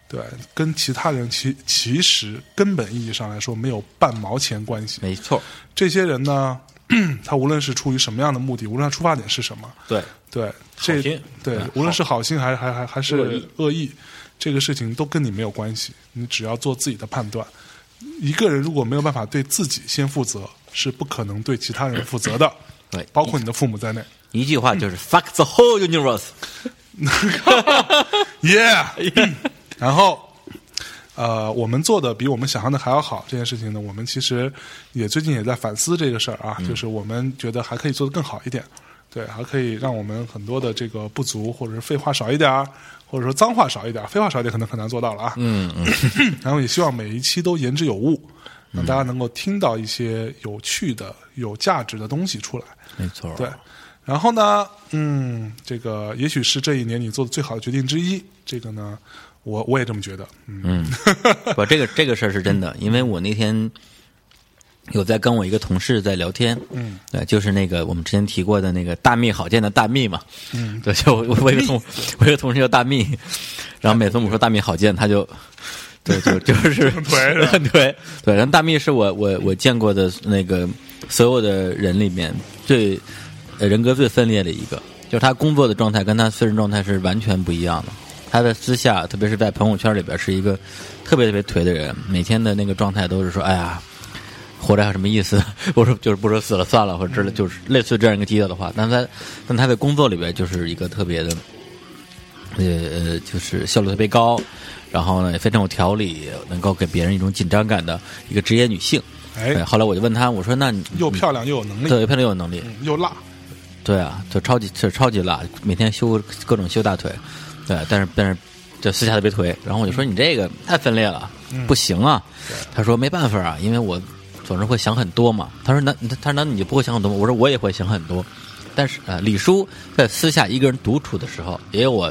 对，跟其他人其其实根本意义上来说没有半毛钱关系。
没错，
这些人呢， 他无论是出于什么样的目的，无论他出发点是什么，
对，
对，这
心
对
嗯，
无论是好心还是还还还是
恶意
恶意，这个事情都跟你没有关系，你只要做自己的判断。一个人如果没有办法对自己先负责，是不可能对其他人负责的，
对
包括你的父母在内。
一句话就是 fuck the whole universe。
Yeah，然 后，呃，我们做的比我们想象的还要好，这件事情呢，我们其实也最近也在反思这个事儿啊，就是我们觉得还可以做得更好一点，对，还可以让我们很多的这个不足，或者是废话少一点儿，或者说脏话少一点啊儿，废话少一点可能很难做到了啊，嗯嗯， 然后也希望每一期都言之有物，让大家能够听到一些有趣的、有价值的东西出来，
没错，
对，然后呢，嗯，这个也许是这一年你做的最好的决定之一。这个呢，我我也这么觉得。嗯
不，这个这个事儿是真的，因为我那天有在跟我一个同事在聊天，嗯，对，就是那个我们之前提过的那个大蜜好见的大蜜嘛，嗯，对，就我我有个同我有个同事叫大蜜，然后每次我们说大蜜好见，他就。对， 就就是
颓是
对对，然后大蜜是我我我见过的那个所有的人里面最呃人格最分裂的一个，就是他工作的状态跟他私人状态是完全不一样的。他在私下，特别是在朋友圈里边，是一个特别特别颓的人，每天的那个状态都是说：“哎呀，活着还有什么意思？ 不是就是不说死了算了，或者之类，就是类似这样一个基调的话。但他但他在工作里边就是一个特别的，呃，呃就是效率特别高，然后呢也非常有条理，能够给别人一种紧张感的一个职业女性。对，
哎，
后来我就问他，我说那你
又漂亮又有能
亮
力，
对，又漂亮又有能力，
嗯又辣，
对啊，就超级就超级辣，每天修各种修大腿，对，但是但是就私下特别颓。然后我就说你这个太分裂了，
嗯
不行啊。他说没办法啊，因为我总是会想很多嘛。他说难，他说难道你就不会想很多吗？我说我也会想很多，但是呃，李叔在私下一个人独处的时候，也有我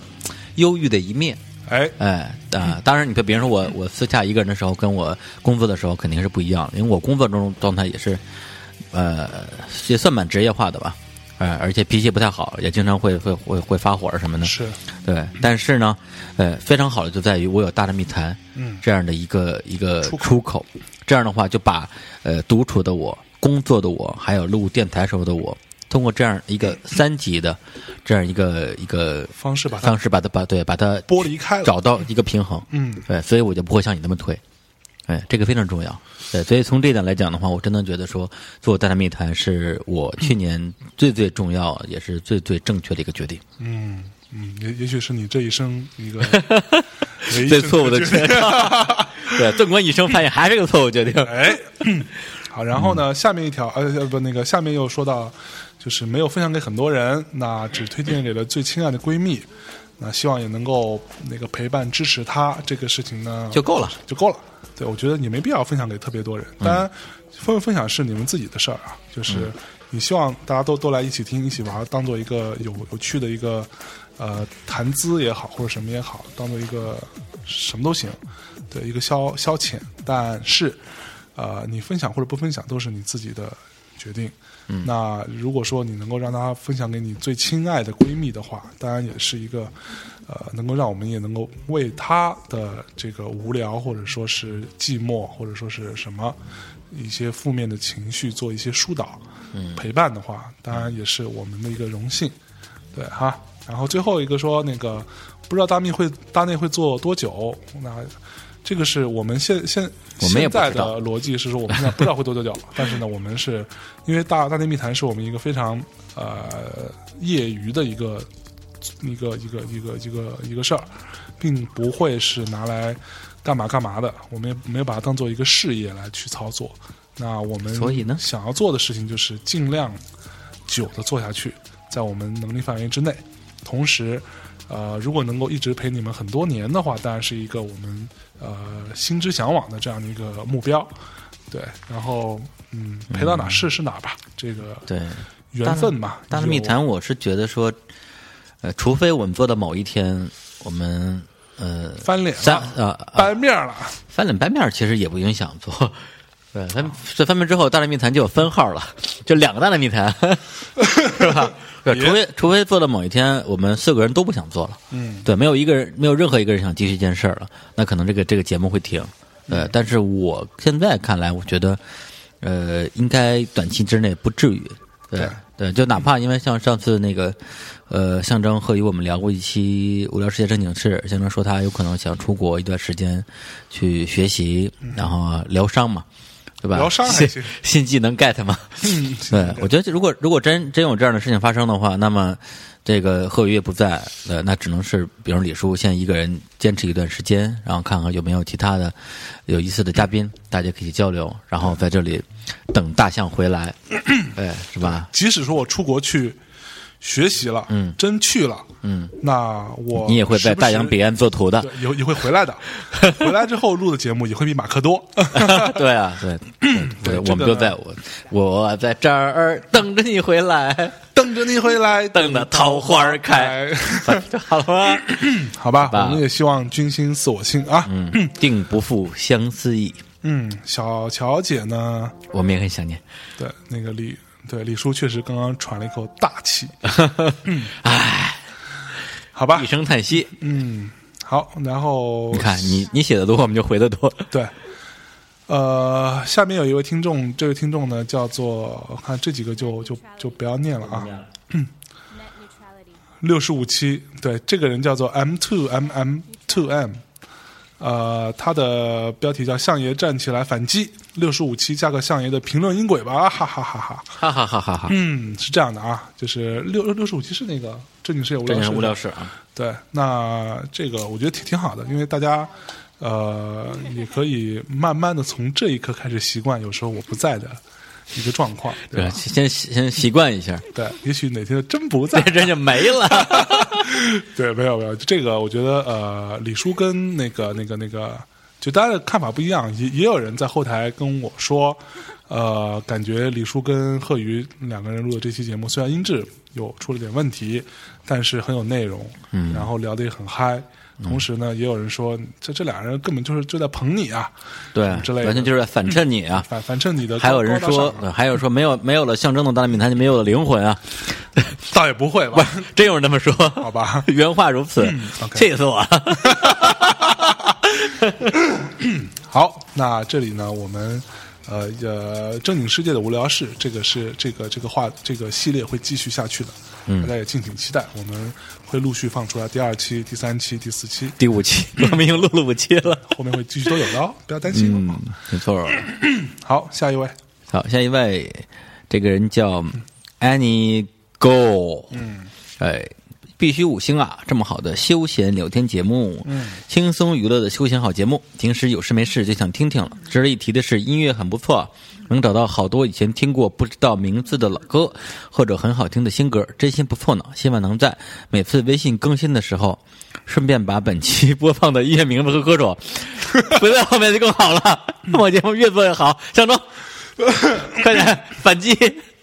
忧郁的一面。
哎，
哎，啊、当然，你别别人说我我私下一个人的时候，跟我工作的时候肯定是不一样的，因为我工作中状态也是，呃，也算蛮职业化的吧，呃，而且脾气不太好，也经常会会会会发火什么的，
是，
对。但是呢，呃，非常好的就在于我有大内密谈
嗯，
这样的一个一个
出口
出口，这样的话就把呃独处的我、工作的我，还有录电台时候的我，通过这样一个三级的这样一个一个
方式把它
方式把它把对把它
剥离开了，
找到一个平衡。
嗯，
对，所以我就不会像你那么推。哎，这个非常重要。对，所以从这一点来讲的话，我真的觉得说做大谈密谈是我去年最最重要，也是最最正确的一个决定，
嗯嗯，也也许是你这一生一 个唯一
最
正
错误的
确
决定。 对，纵观一生发现还是个错误决定。
哎，好，然后呢，下面一条，呃，呃不，那个下面又说到，就是没有分享给很多人，那只推荐给了最亲爱的闺蜜，那希望也能够那个陪伴支持她，这个事情呢
就够了。
就够了。对，我觉得你没必要分享给特别多人，当然分分享是你们自己的事儿啊，就是你希望大家都都来一起听、一起玩，当做一个有有趣的一个呃谈资也好，或者什么也好，当做一个什么都行，对，一个消消遣。但是呃，你分享或者不分享都是你自己的决定。嗯，那如果说你能够让她分享给你最亲爱的闺蜜的话，当然也是一个，呃，能够让我们也能够为她的这个无聊或者说是寂寞或者说是什么一些负面的情绪做一些疏导，嗯，陪伴的话，当然也是我们的一个荣幸，对哈。然后最后一个说那个不知道大密会大内会做多久，那这个是我们现现
我们也
现
不
在
知道
的逻辑是说，我们现在不知道会多多久， 但是呢，我们是因为大大内密谈是我们一个非常呃业余的一个一个一个一个一个一个事儿，并不会是拿来干嘛干嘛的，我们也没有把它当做一个事业来去操作。那我们
所以呢
想要做的事情就是尽量久的做下去，在我们能力范围之内。同时，呃，如果能够一直陪你们很多年的话，当然是一个我们呃心之向往的这样的一个目标。对，然后嗯，陪到哪是是哪吧，这个
对，
缘分嘛。
大谈密
有，
谈，我是觉得说，呃，除非我们做到某一天，我们呃
翻脸
三
了，
呃呃
掰面了，
翻脸掰面，其实也不影响做。 对，翻这翻面之后，大内密谈就有分号了，就两个大内密谈， 是吧？对，除非除非做到某一天，我们四个人都不想做了，
嗯，
对，没有一个人，没有任何一个人想继续这件事儿了，那可能这个这个节目会停。
嗯
对，但是我现在看来，我觉得，呃，应该短期之内不至于。对对，就哪怕因为像上次那个，呃，象征和与我们聊过一期《无聊世界正经事》，象征说他有可能想出国一段时间去学习，然后疗伤嘛，对
嗯
吧？
疗伤还
新
行
新技能 get 嘛？
嗯，
对，我觉得如果如果真真有这样的事情发生的话，那么这个贺宇也不在，呃，那只能是比如李叔先一个人坚持一段时间，然后看看有没有其他的有意思的嘉宾，大家可以交流，然后在这里等大象回 来，哎，是吧？
即使说我出国去学习了，嗯，真去了，嗯，那我
你也会在
时不
大洋
时
彼岸做图的
对，，也也会回来 的。回来之后录的节目也会比马克多。
对啊，对，对，
这
我们
个
就
呢
在我我在这儿等着你回来，
等着你回来，
等着桃花儿开， 好了吗？
嗯好吧，
吧
我们也希望君心似我心啊。嗯
定不负相思意，
小乔姐呢？
我们也很想念。
对，那个李，对李叔确实刚刚喘了一口大 气。唉，好吧嗯
一，声叹息。
好，然后
你看，你你写的多，我们就回的多。
对，呃，下面有一位听众，这位听众呢叫做，我看这几个就就就不要念了啊。
net neutrality.
六十五期，对，这个人叫做 M two M M two M，呃，它的标题叫“相爷站起来反击”，六十五期加个相爷的评论音轨吧，哈哈哈哈。
哈哈哈哈哈！
嗯，是这样的啊，就是六六十五期是那个正经事业无
这
聊
就是
事
无聊事啊，
对，那这个我觉得挺挺好的，因为大家呃也可以慢慢的从这一刻开始习惯，有时候我不在的一个状况，对
对，啊
吧？
先先习惯一下，
对，也许哪天真不在
这，人就没了。
对，没有没有，这个我觉得呃，李叔跟那个那个那个，就大家的看法不一样，也也有人在后台跟我说，呃，感觉李叔跟贺宇两个人录的这期节目，虽然音质有出了点问题，但是很有内容，嗯，然后聊得也很嗨。
嗯
同时呢，也有人说这这俩人根本就是就在捧你啊，
对
之类，的
完全就是在反衬你啊。
反反衬你的高。
还有人
高大上
说，对还有人说没有没有了象征的大米，他就没有了灵魂啊！
倒也不会
不
吧？
是，真有人这么说，好
吧，
原话如此，
，OK
气死我了。
好，那这里呢，我们呃呃正经世界的无聊事，这个是这个这个话这个系列会继续下去的，
嗯
大家也敬请期待，我们会陆续放出来第二期、第三期、第四 期，
第五期，我们已经录了五期了。
后面会继续都有的哦，不要担心。
嗯，没错。
好，下一位，
好，下一位，这个人叫 Annie Go，嗯，哎，必须五星啊！这么好的休闲聊天节目，嗯，轻松娱乐的休闲好节目，平时有事没事就想听听了。值得一提的是，音乐很不错，能找到好多以前听过不知道名字的老歌，或者很好听的新歌，真心不错呢。希望能在每次微信更新的时候，顺便把本期播放的音乐名字和歌手 回在后面就更好了。我节目越做越好，向忠。 快点反击，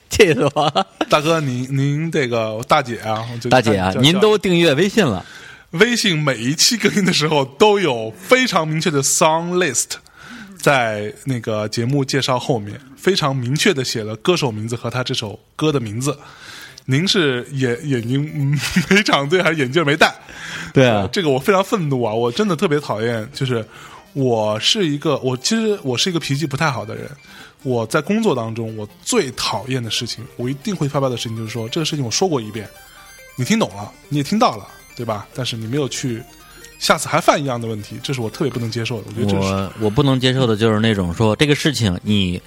气死我了！
大哥，您您这个大姐啊，我就
大姐啊
叫，
您
叫
都订阅微信了，
微信每一期更新的时候都有非常明确的 song list，在那个节目介绍后面非常明确的写了歌手名字和他这首歌的名字。您是眼眼睛嗯没长对还是眼镜没戴？
对啊，
这个我非常愤怒啊！我真的特别讨厌，就是我是一个，我其实我是一个脾气不太好的人。我在工作当中，我最讨厌的事情，我一定会发飙的事情，就是说这个事情我说过一遍，你听懂了，你也听到了，对吧？但是你没有去，下次还犯一样的问题，这是我特别不能接受的。我觉得这是
我我不能接受的就是那种说这个事情你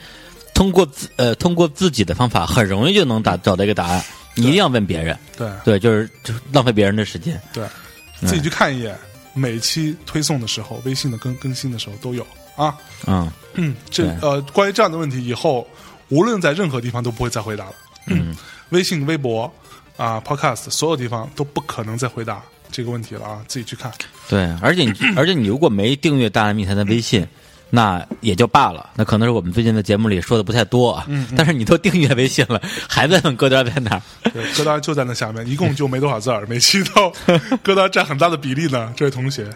通过自呃通过自己的方法很容易就能打找到一个答案，你一定要问别人，
对
对，就是就是浪费别人的时间，
对，自己去看一眼，每期推送的时候，微信的更更新的时候都有啊。
嗯
嗯，这
对
呃，关于这样的问题，以后无论在任何地方都不会再回答了。嗯，微信、微博啊、Podcast，所有地方都不可能再回答这个问题了啊！自己去看。
对，而且你而且你如果没订阅大案密谈的微信。那也就罢了，那可能是我们最近的节目里说的不太多啊。
嗯
但是你都订阅微信了， 还在问歌单在哪儿？
对，歌单就在那下面，一共就没多少字儿，每期 都歌单占很大的比例呢。这位同学，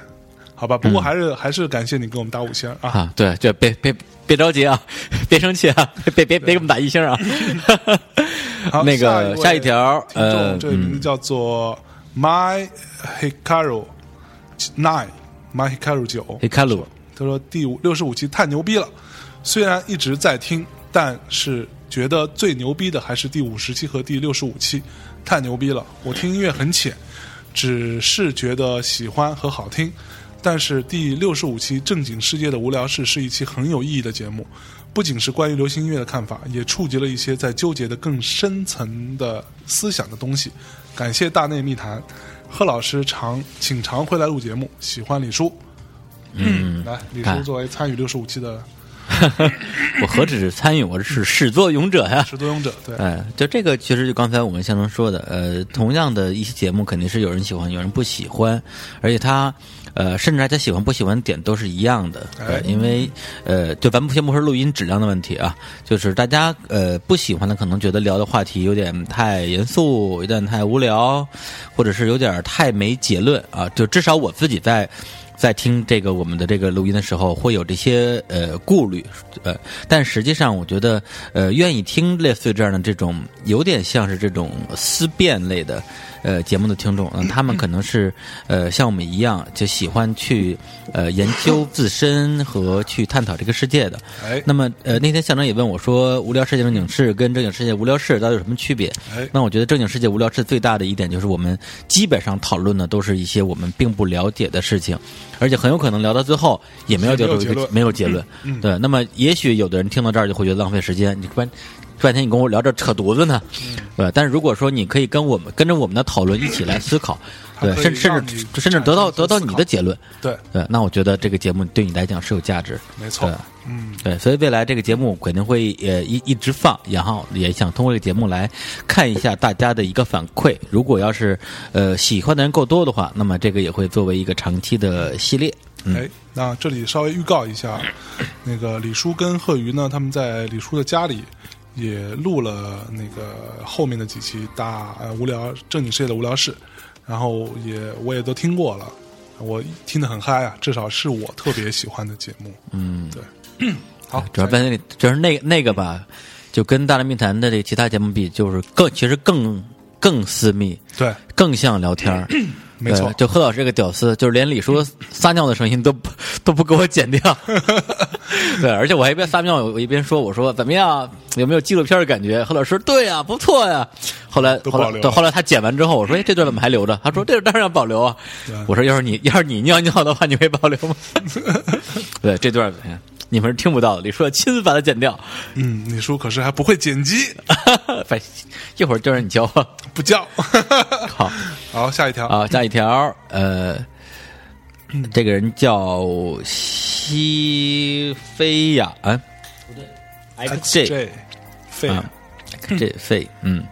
好吧，
嗯
不过还是、还是感谢你给我们打五星啊！
啊，对，这别别别着急啊， 别生气啊， 别别别别给我们打一星啊。
好，
那个
下
下
一
一
位
条，
听
呃
众，这位名字叫做 My Hikaru Nine My Hikaru 九
黑卡鲁，
他说第五六十五期太牛逼了，虽然一直在听，但是觉得最牛逼的还是第五十期和第六十五期，太牛逼了！我听音乐很浅，只是觉得喜欢和好听。但是第六十五期《正经世界的无聊事》是一期很有意义的节目，不仅是关于流行音乐的看法，也触及了一些在纠结的更深层的思想的东西。感谢大内密谈，贺老师常请常回来录节目，喜欢李叔。嗯，来，李叔
看
作为参与六十五期的
我何止是参与，我是始作俑者呀、
始作俑者，对，
哎，就这个，其实就刚才我们向东说的，呃，同样的一期节目，肯定是有人喜欢，有人不喜欢，而且他，呃，甚至大家喜欢不喜欢的点都是一样的，
哎
呃，因为，呃，就咱们先不说录音质量的问题啊，就是大家呃不喜欢的，可能觉得聊的话题有点太严肃，有点太无聊，或者是有点太没结论啊，就至少我自己在。在听这个我们的这个录音的时候，会有这些呃顾虑，呃，但实际上我觉得，呃，愿意听类似这样的这种有点像是这种思辨类的呃节目的听众，嗯、他们可能是呃像我们一样，就喜欢去呃研究自身和去探讨这个世界的。
哎，
那么，呃，那天校长也问我说，无聊世界正经事跟正经世界无聊事到底有什么区别？
哎
那我觉得正经世界无聊事最大的一点就是我们基本上讨论的都是一些我们并不了解的事情，而且很有可能聊到最后也没有聊出一
没有结
个
论嗯
没有结论。对，那么也许有的人听到这儿就会觉得浪费时间，你半半天你跟我聊这扯犊子呢，
嗯
对。但是如果说你可以跟我们跟着我们的讨论一起来思考，对，
它可以
甚甚
让
至
你
甚至得到
产生
得到
思
你
考
的结论，
对，
对，那我觉得这个节目对你来讲是有价值，
没错
对，
嗯，
对，所以未来这个节目肯定会呃一一直放，然后也想通过这个节目来看一下大家的一个反馈。如果要是呃喜欢的人够多的话，那么这个也会作为一个长期的系列。嗯，
哎，那这里稍微预告一下，那个李叔跟贺鱼呢，他们在李叔的家里也录了那个后面的几期大呃无聊正经事业的无聊事，然后也我也都听过了，我听得很嗨啊，至少是我特别喜欢的节目。嗯，对， 好，
哎主要
下一
在那里，就是那那个吧，就跟《大内密谈》的这其他节目比，就是更其实更更私密，
个对，
更像聊天儿。
没错嗯
对就贺老师这个屌丝，就是连李叔撒尿的声音都不 都不给我剪掉。 对，而且我还一边撒尿，我一边说：“我说怎么样，有没有纪录片的感觉？”贺老师：“对呀、不错呀、后来，
都
后
保
来，
留嗯
对，后来他剪完之后，我说：“哎，这段怎么还留着？”他说：“这段当然要保留啊。”我说：“要是你要是你尿尿的话，你会保留吗？” 对，这段哎你们是听不到的，李叔亲自把它剪掉。
嗯，李叔可是还不会剪辑，
反一会儿就让你教我。
不叫。
好。
好，下一条，
啊，下一条，呃，这个人叫西菲亚，啊，不对
J，费
啊，XJ 菲，嗯，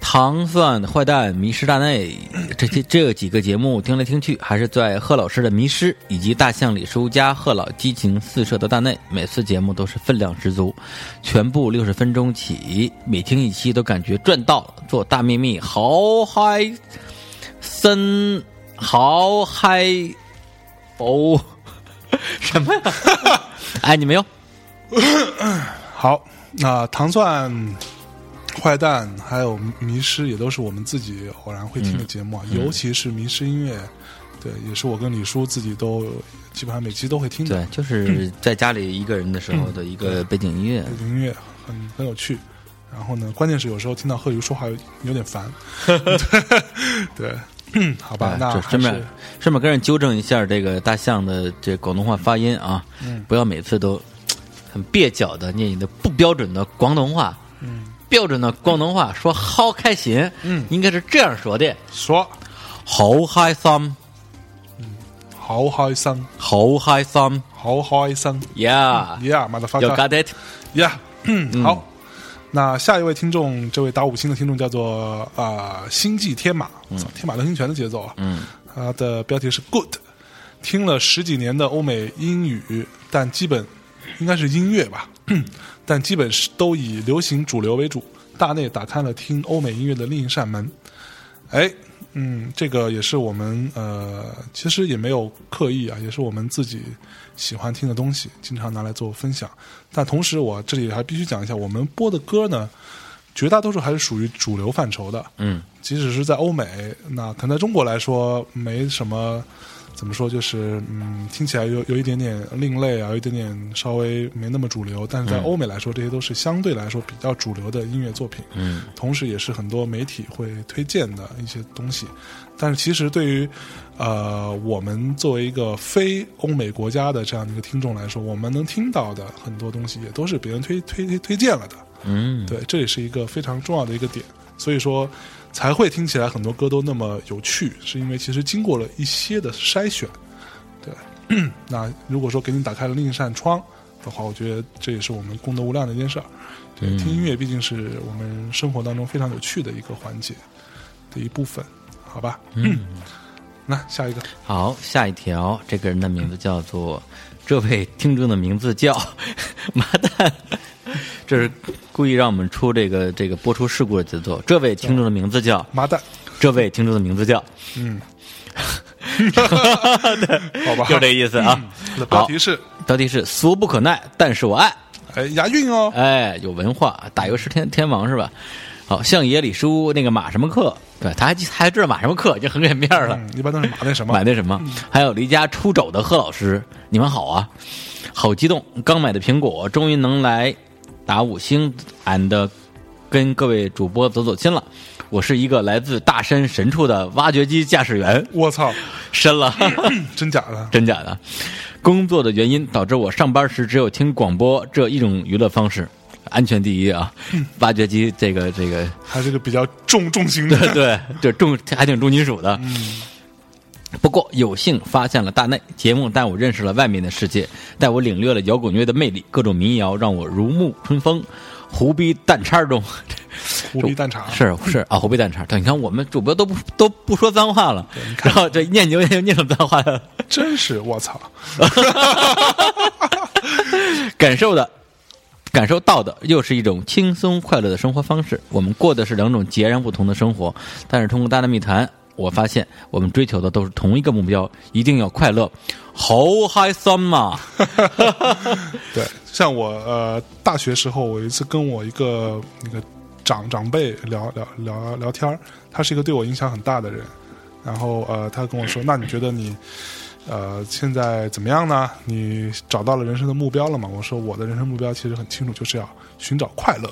糖蒜坏蛋迷失大内，这些这几个节目听来听去，还是在贺老师的迷失以及大象李叔加贺老激情四射的大内，每次节目都是分量十足，全部六十分钟起，每听一期都感觉赚到了，做大秘密好嗨，森好嗨，哦， 什么呀？ 哎，你没有？
好，那、糖蒜、坏蛋还有迷失也都是我们自己偶然会听的节目，啊，
嗯
尤其是迷失音乐，对，也是我跟李叔自己都基本上每期都会听的
对，就是
嗯
在家里一个人的时候的一个背景音乐。
音乐很，很有趣。然后呢，关键是有时候听到贺宇说话有有点 烦，对，嗯好吧
哎，
那
这
还
顺
是
便顺便跟人纠正一下这个大象的这广东话发音啊，
嗯
不要每次都很蹩脚的念你的不标准的广东话。
嗯
标准的广东话说好开心，嗯，应该是这样说的：
说
好开心，
好开心，
好开心
好开心
呀！
，Yeah，马的发
You got it？
呀、嗯好，那下一位听众，这位打五星的听众叫做啊、呃星际天马，操天马流星拳的节奏啊，嗯，他的标题是 Good，听了十几年的欧美英语，但基本应该是音乐吧， 但基本是都以流行主流为主，大内打开了听欧美音乐的另一扇门，哎。嗯，这个也是我们呃，其实也没有刻意啊，也是我们自己喜欢听的东西，经常拿来做分享。但同时，我这里还必须讲一下，我们播的歌呢，绝大多数还是属于主流范畴的。
嗯，
即使是在欧美，那可能在中国来说没什么，怎么说就是嗯，听起来有有一点点另类啊，有一点点稍微没那么主流，但是在欧美来说，这些都是相对来说比较主流的音乐作品。嗯，同时也是很多媒体会推荐的一些东西。但是其实对于呃我们作为一个非欧美国家的这样的一个听众来说，我们能听到的很多东西也都是别人推推推推荐了的。
嗯，
对，这也是一个非常重要的一个点，所以说才会听起来很多歌都那么有趣，是因为其实经过了一些的筛选。对，那如果说给你打开了另一扇窗的话，我觉得这也是我们功德无量的一件事儿。对，
嗯
听音乐毕竟是我们生活当中非常有趣的一个环节的一部分，好吧？嗯，那下一个，
好，下一条，这个人的名字叫做，这位听众的名字叫 麻蛋，这是故意让我们出这个这个播出事故的节奏。这位听众的名字叫，
麻蛋，
这位听众的名字叫，
嗯，好吧，嗯
就这意思啊。
那标
好，
题是
标题是俗不可耐，但是我爱。
哎押韵哦，
哎，有文化，打油诗天天王是吧？好，像野里叔那个马什么克，对，他还记他还知道马什么克，已经很给面儿了。
嗯，一般都是马那什么嗯
买，那什么，还有离家出走的贺老师，你们好啊，好激动！刚买的苹果终于能来打五星 and 跟各位主播走走亲了。我是一个来自大山深处的挖掘机驾驶员，
我操，
深了。
真假的？
真假的。工作的原因导致我上班时只有听广播这一种娱乐方式，安全第一啊！
嗯
挖掘机这个这个，
还是个比较重重型的
对 对，这重还挺重金属的。不过有幸发现了大内节目，带我认识了外面的世界，带我领略了摇滚乐的魅力，各种民谣让我如沐春风。胡逼蛋叉中，
胡逼蛋茶。
是是啊，胡逼蛋叉。对，你看我们主播都不都不说脏话了，然后 这念就念念成脏话了。
真是我操！
感受的、感受到的，又是一种轻松快乐的生活方式。我们过的是两种截然不同的生活，但是通过大内密谈，我发现我们追求的都是同一个目标，一定要快乐。好嗨森嘛！
对，像我呃，大学时候我有一次跟我一个那个长长辈聊聊聊聊天儿他是一个对我影响很大的人，然后呃，他跟我说，那你觉得你呃现在怎么样呢？你找到了人生的目标了吗？我说我的人生目标其实很清楚，就是要寻找快乐，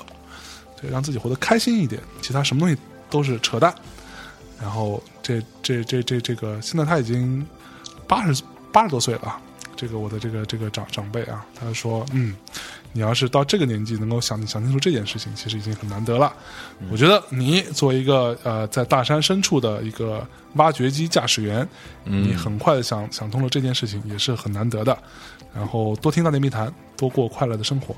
对，让自己活得开心一点，其他什么东西都是扯淡。然后这这这这这个，现在他已经八十八十多岁了，啊这个我的这个这个长长辈啊，他说，嗯，你要是到这个年纪能够想想清楚这件事情，其实已经很难得了。我觉得你作为一个呃在大山深处的一个挖掘机驾驶员，
嗯
你很快的想想通了这件事情，也是很难得的。然后多听大内密谈，多过快乐的生活。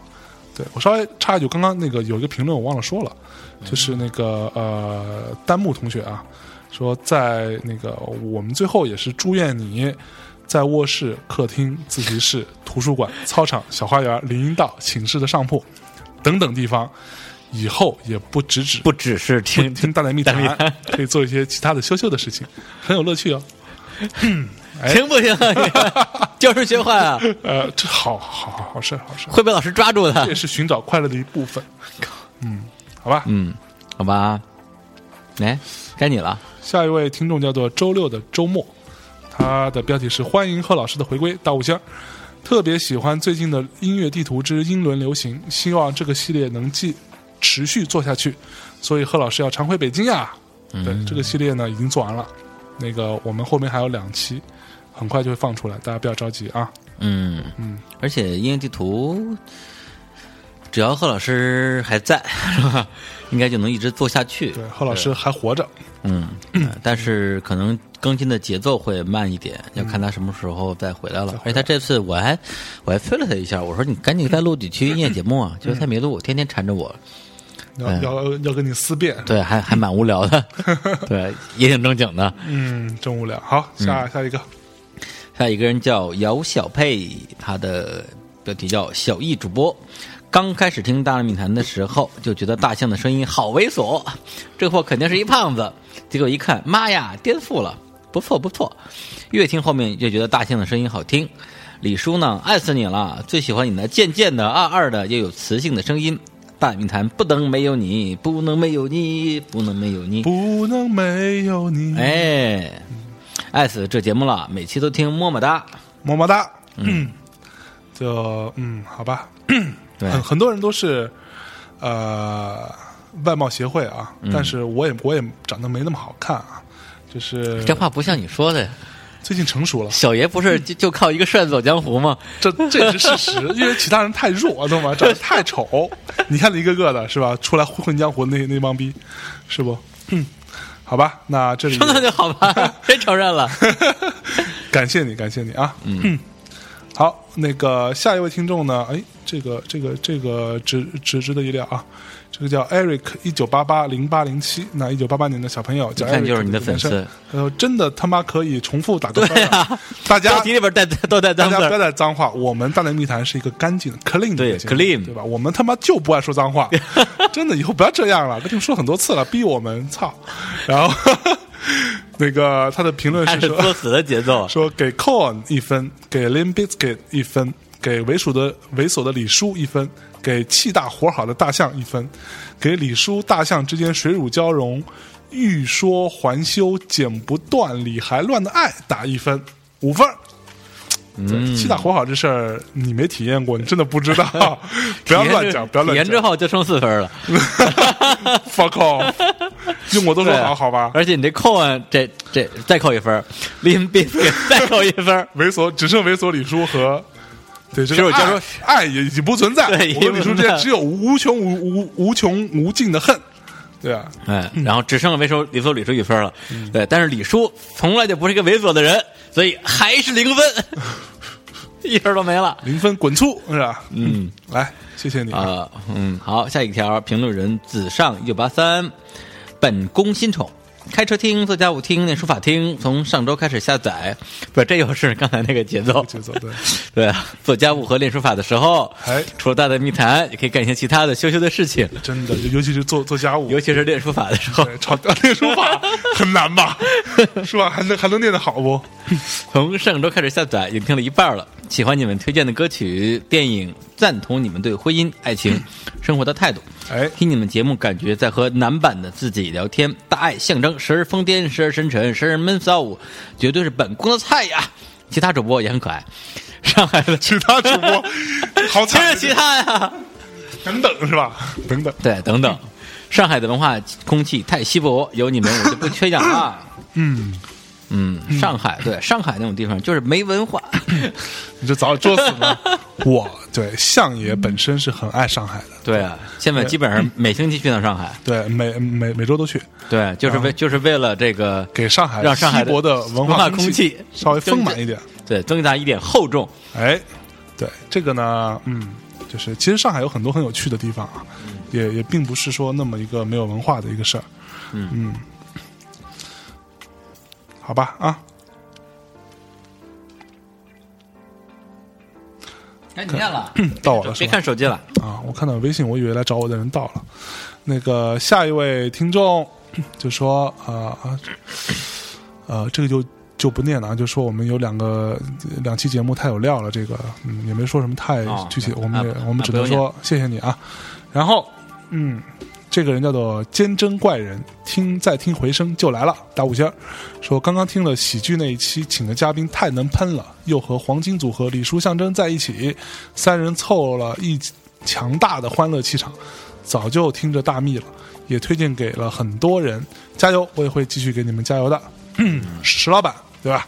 对我稍微插一句，刚刚那个有一个评论我忘了说了，
嗯
就是那个呃丹木同学啊，说在那个我们最后也是祝愿你。在卧室、客厅、自习室、图书馆、操场、小花园、林荫道、寝室的上铺等等地方，以后也不只只
不只是听
听大内密
大内密
谈，可以做一些其他的羞羞的事情，很有乐趣哦。哎
行不行啊？你 就是学坏啊，
呃，这好好好好事好事，
会被老师抓住
这也
的。
是寻找快乐的一部分。嗯，好吧，
嗯，好吧。哎，该你了。
下一位听众叫做周六的周末，他的标题是“欢迎贺老师的回归大五星儿”，特别喜欢最近的音乐地图之英伦流行，希望这个系列能继持续做下去。所以贺老师要常回北京呀。对，这个系列呢已经做完了，那个我们后面还有两期，很快就会放出来，大家不要着急啊。
嗯嗯，而且音乐地图，只要贺老师还在， 是吧？应该就能一直做下去。
对，贺老师还活着，
嗯，呃但是可能更新的节奏会慢一点，要看他什么时候嗯再回来了。而且他这次我还我还催了他一下，我说你赶紧再录几期音乐节目 啊，结果他没录，天天缠着我。
要要要跟你思辨，
对，还还蛮无聊 的，对，也挺正经的。
嗯，真无聊。好，下下一个，
还有一个人叫姚小佩，他的标题叫小艺主播。刚开始听《大内密谈》的时候，就觉得大象的声音好猥琐，这货肯定是一胖子。结果一看，妈呀，颠覆了，不错不错。越听后面越觉得大象的声音好听。李叔呢，爱死你了，最喜欢你那贱贱的、二二的，又有磁性的声音。大内密谈不能没有你，不能没有你，不能没有你。
不能没有你，
哎，爱死这节目了，每期都听，么么哒。
么么哒。嗯， 就嗯，好吧。
对，
很很多人都是呃外貌协会啊，
嗯
但是我也我也长得没那么好看啊，就是
这话不像你说的，
最近成熟了，
小爷不是就就靠一个帅字走江湖吗？
这这也是事 实，因为其他人太弱，懂吗？长得太丑， 你看一个个的是吧？出来混江湖那那帮逼，是不？嗯好吧，那这里
那就好 吧，真承认了。
感谢你，感谢你啊。嗯，好，那个下一位听众呢？哎，这个这个这个值值值得一聊啊。这个叫 Eric 一九八八零八零七，那一九八八年的小朋友叫 Eric，
一看就是你的粉丝
男生。他说：“真的他妈可以重复打 个分、啊，大家
标题里边带都带
大
脏字
家不要
儿，
再脏话，我们大内密谈是一个干净的 clean 的
对
节目
clean
对吧？我们他妈就不爱说脏 话，真的以后不要这样了，跟你们说很多次了，逼我们操。然后 那个他的评论
还
是
是
说，
作死的节奏。
说给 Con 一分，给 Lim Biscuit 一分，给猥琐的猥琐的李叔一分，给气大活好的大象一分，给李叔大象之间水乳交融、欲说还休、剪不断、理还乱的爱打一分，五分儿。对气大活好这事儿你没 体验过，你真的不知道，不要乱讲，不要
体
乱
验之
讲。
后就剩四分了，
fuck off，用过都说
对啊
好好吧，，
而且你这扣啊，这这再扣一分儿，林斌再扣一分儿
猥琐只剩猥琐李叔和。对，这
只有
个
教授
爱爱也已经不存在，
对
我和
已经
李叔
不存
之间
在
只有无穷无无无穷无尽的恨，对啊，
哎，然后只剩猥琐李叔李叔一分了，
嗯
对，但是李叔从来就不是一个猥琐的人，所以还是零分， 一分都没了。
零分滚出是吧？嗯，来，谢谢你啊，
啊，嗯，好，下一条，评论人子上一九八三，本宫新宠。开车听，做家务听，念书法听。从上周开始下载，不，这又是刚才那个节奏。
节奏 对，
对啊，做家务和练书法的时候，
哎
除了大的密谈，也可以干一些其他的羞羞的事情，
真的，尤其是 做做家务，
尤其是练书法的时候。
对吵那个书法很难 吧？书法还能还能念得好不？
从上周开始下载，已经听了一半了。喜欢你们推荐的歌曲、电影，赞同你们对婚姻、爱情、生活的态度。
哎
听你们节目，感觉在和男版的自己聊天。大爱象征，时而疯癫，时而深沉，时而闷骚，绝对是本宫的菜呀！其他主播也很可爱。上海的，
其他主 播好
当
惨
然，其他呀。
等等是吧？等等，
对，等等，上海的文化空气太稀薄，有你们我就不缺氧了。嗯嗯，上海对上海那种地方就是没文 化，
你就早作死 吧。我对相爷本身是很爱上海的，
对啊，现在基本上每星期去趟上海，
对，每每每周都去，
对，就是为就是为了这个
给上海
让上海
稀薄的
文
化
空
气稍微丰满一点。，
增对，增加一点厚重。
哎，对这个呢，嗯，就是其实上海有很多很有趣的地方啊，也也并不是说那么一个没有文化的一个事儿。
嗯
好吧啊，
该你念了，
到我了是
别
吧？
看手机了，
啊，我看到微信，我以为来找我的人到了。那个下一位听众就说啊啊，呃，这个就就不念了啊，就说我们有两个两期节目太有料了，这个嗯也没说什么太
哦
具体，
啊
我们也、
啊
我们
啊
只
不
能
用念
说谢谢你啊。然后嗯，这个人叫做坚贞怪人，听再听回声就来了，打五星儿。说刚刚听了喜剧那一期，请的嘉宾太能喷了，又和黄金组合李叔象征在一起，三人凑了一强大的欢乐气场，早就听着大蜜了，也推荐给了很多人，加油！我也会继续给你们加油的，嗯石老板对吧？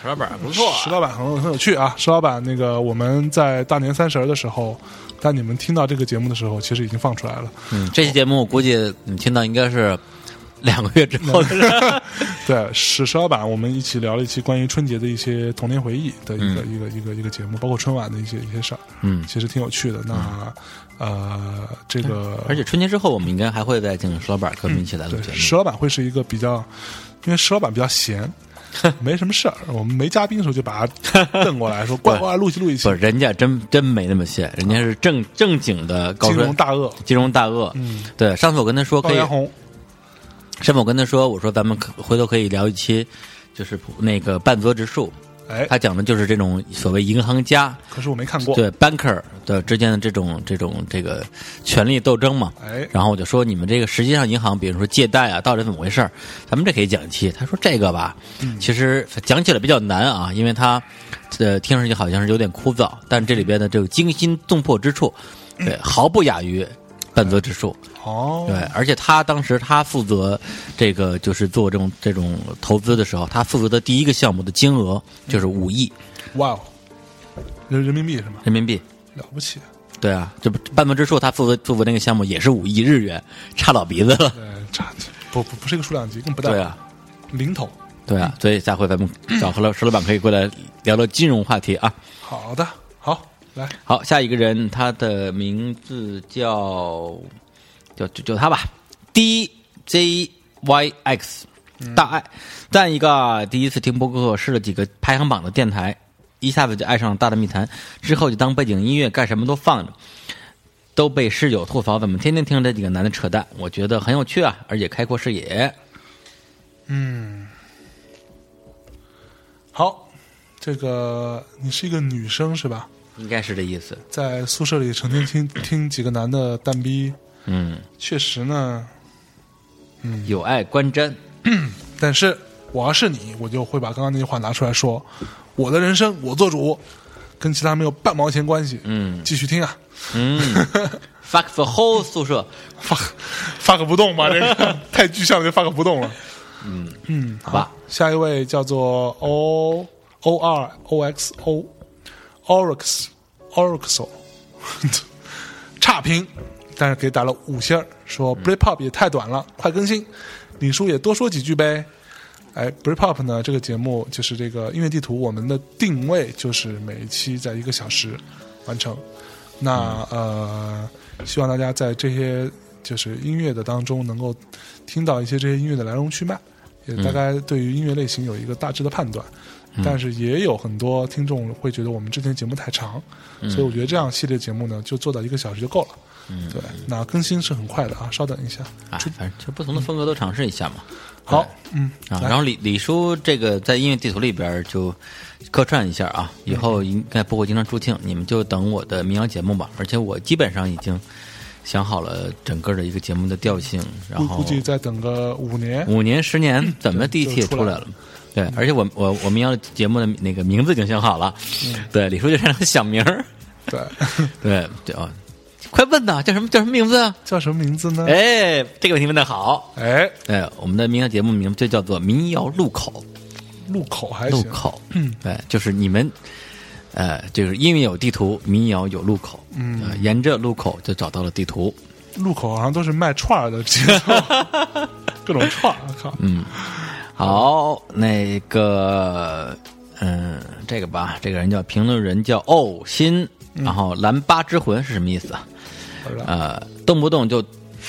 石老板嗯不啊
石老板很很有趣啊，石老板那个我们在大年三十儿的时候，当你们听到这个节目的时候，其实已经放出来了，
嗯，这期节目估计你听到应该是两个月之后的事儿。
对，史石老板，我们一起聊了一期关于春节的一些童年回忆的一个、一个一个一个节目，包括春晚的一些一些事儿，
嗯
其实挺有趣的。那、呃，这个
而且春节之后，我们应该还会再请石老板跟我们一起来录
对
节目。
石老板嗯会是一个比较，因为石老板比较 闲，没什么事儿。我们没嘉宾的时候就把他瞪过来 说：“过来过来，录一期录一期
不，。人家真真没那么闲，人家是正正经的”高
金
端
融大鳄
金融大鳄。
嗯，
对，上次我跟他说
高
可以
原，红，
上次我跟他说，我说咱们可回头可以聊一期，就是那个半泽直树，
哎，
他讲的就是这种所谓银行家
可是我没看过。
对 banker 的之间的这种这种这个权力斗争嘛。
哎，
然后我就说，你们这个实际上银行，比如说借贷啊，到底怎么回事儿？咱们这可以讲一期。他说这个吧，其实讲起来比较难啊，因为它呃听上去好像是有点枯燥，但这里边的这个惊心动魄之处，对，毫不亚于半泽直树。
哦，
对，而且他当时他负责这个就是做这种这种投资的时候，他负责的第一个项目的金额就是五亿
哇哦，人人民币是吗？
人民币。
了不起。
对啊，这不半泽之树他负责负责那个项目也是五亿日元，差老鼻子了。
对，呃差不不不是一个数量级，更不大。
对啊，
零头。
对啊，所以下回咱们找何老石老板可以过来聊聊金融话题啊。
好的，好，来，
好，下一个人他的名字叫叫就就他吧，D J Y X 大爱，赞一个第一次听播客试了几个排行榜的电台，一下子就爱上了《大的密谈》，之后就当背景音乐干什么都放着。都被室友吐槽，怎么天天听这几个男的扯淡？我觉得很有趣啊，而且开阔视野。
好，这个你是一个女生是吧？
应该是这意思。
在宿舍里成天听听几个男的蛋逼，
嗯，
确实呢。
有爱观瞻。
但是我要是你，我就会把刚刚那句话拿出来说，我的人生我做主。跟其他没有半毛钱关系。
嗯
继续听啊，
嗯，fuck the whole 宿舍，
发发个不动吧，这个太具象了，就发个不动了。
好吧，
下一位叫做 O O R O X O Orix Orixo，差评，但是给打了五星儿，说 Breakup 也太短了，快更新，李叔也多说几句呗。哎，Breakup 呢这个节目就是这个音乐地图，我们的定位就是每一期在一个小时完成。那
嗯
呃，希望大家在这些就是音乐的当中能够听到一些这些音乐的来龙去脉，也
嗯
大概对于音乐类型有一个大致的判断。但是也有很多听众会觉得我们之前节目太长，
嗯
所以我觉得这样系列节目呢，就做到一个小时就够了。
嗯
对，那更新是很快的啊，稍等一下。
哎，反正就不同的风格都尝试一下嘛。
好，嗯，
啊，
来
然后李李叔这个在音乐地图里边儿就客串一下啊，以后应该不会经常助听，你们就等我的民谣节目吧。而且我基本上已经想好了整个的一个节目的调性，然
估
后
估计再等个五年，
五年十年怎么第一期也
就出
出
来
来了。对，而且我我我民谣节目的那个名字已经想好了，
嗯
对，李叔就擅长想名儿，
对，
对对啊，快问呐，叫什么叫什么名字啊？
叫什么名字呢？
哎，这个问题问的好，
哎，
对，我们的民谣节目名就叫做《民谣路口》。
路口还
路
行，
口，嗯，对，就是你们，呃，就是因为有地图，民谣有路口，嗯、沿着路口就找到了地图，
路口好像都是卖串儿的节 奏，各种串儿，我靠，嗯，
好，那个，嗯，这个吧，这个人叫评论人叫呕心，然后蓝八之魂是什么意思啊？
不知道
呃，动不动就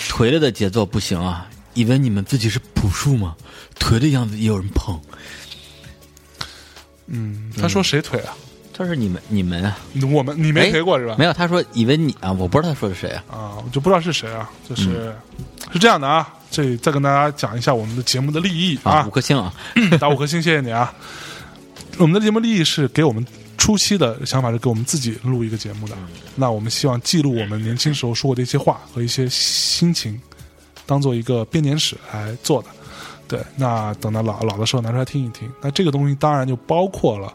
颓了的节奏不行啊！以为你们自己是朴树吗？颓的样子也有人捧，
嗯，他说谁腿啊？
就是你们你们啊，
我们你没
哎
腿过是吧？
没有，他说以为你啊，我不知道他说的谁啊，
啊，我就不知道是谁啊，就是
嗯
是这样的啊，这里再跟大家讲一下我们的节目的利益
啊，
啊
五，颗星啊，
打五颗星，谢谢你啊。我们的节目利益是给我们初期的想法是给我们自己录一个节目
嗯
的，那我们希望记录我们年轻时候说过的一些话和一些心情，当做一个编年史来做的。对，那等到老老的时候拿出来听一听。那这个东西当然就包括了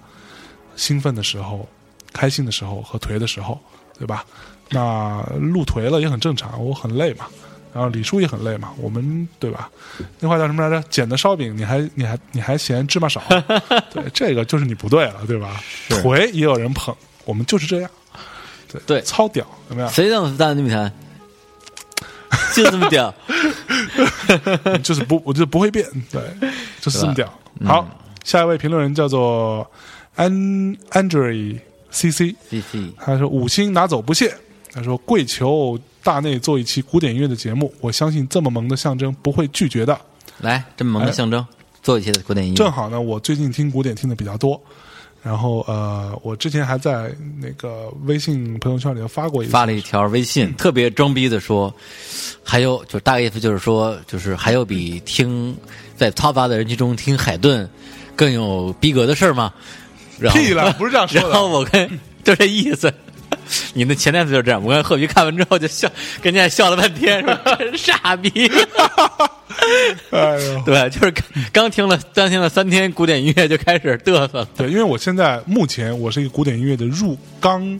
兴奋的时候、开心的时候和颓的时候，对吧？那录颓了也很正常，我很累嘛，然后李叔也很累嘛，我们对吧？那话叫什么来着？捡的烧饼，你还你还你还嫌芝麻少？对，这个就是你不对了，对吧？颓也有人捧，我们就是这样，对
对
超屌，怎么样？
谁让大那么谈？就这 么屌，
就是不，我就不会变，对，就是这么屌。好，下一位评论人叫做安 Andre C C，
谢谢。
他说五星拿走不谢，他说跪求大内做一期古典音乐的节目，我相信这么萌的象征不会拒绝的。
来，这么萌的象征，做一些古典音
哎正
乐。
好呢，我最近听古典听的比较多，然后呃，我之前还在那个微信朋友圈里头发过一次
发了一条微信，特别装逼的说，还有就大概意思就是说，就是还有比听在嘈杂的人群中听海顿更有逼格的事儿吗？然后
屁了，不是这样说
然后
的。
我跟就这意思。你的前台词就是这样，我跟贺皮看完之后就笑，跟人家笑了半天， 说真傻逼。
哎 呦，
对，就是刚刚听了刚听了三天古典音乐就开始嘚瑟了。
对，因为我现在目前我是一个古典音乐的入刚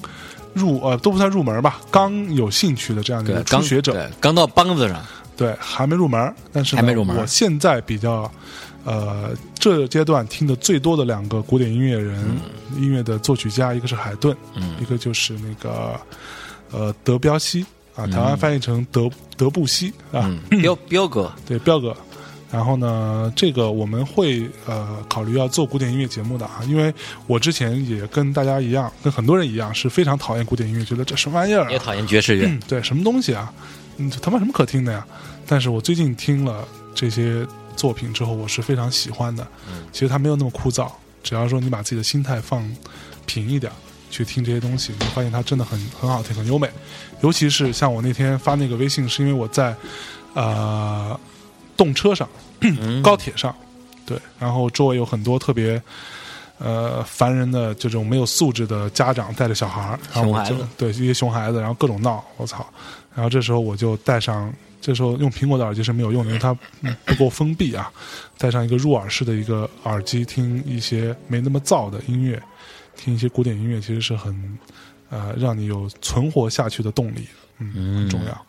入呃都不算入门吧，刚有兴趣的这样的一
对
个，初
刚
学者，啊
对刚到梆子上，
对还没入门，但是呢
还没入门
我现在比较呃这阶段听的最多的两个古典音乐人、
嗯
音乐的作曲家，一个是海顿，一个就是那个呃德彪西啊，台湾翻译成德、德布西啊，
嗯，彪彪哥，
对，彪哥。然后呢，这个我们会呃考虑要做古典音乐节目的啊，因为我之前也跟大家一样，跟很多人一样是非常讨厌古典音乐，觉得这什么玩意儿、
也
啊，
讨厌爵士乐，
对，什么东西啊，嗯，这他妈什么可听的呀？但是我最近听了这些作品之后，我是非常喜欢的。
嗯
其实它没有那么枯燥，只要说你把自己的心态放平一点儿，去听这些东西，你会发现它真的很很好听，很优美。尤其是像我那天发那个微信，是因为我在呃动车上、高铁上，对，然后周围有很多特别。呃，烦人的这种没有素质的家长带着小孩儿，然后我
熊孩
就
子
对一些熊孩子，然后各种闹，我操！然后这时候我就带上这时候用苹果的耳机是没有用的，因为它嗯不够封闭啊。戴上一个入耳式的一个耳机，听一些没那么燥的音乐，听一些古典音乐，其实是很呃让你有存活下去的动力，嗯，很重要。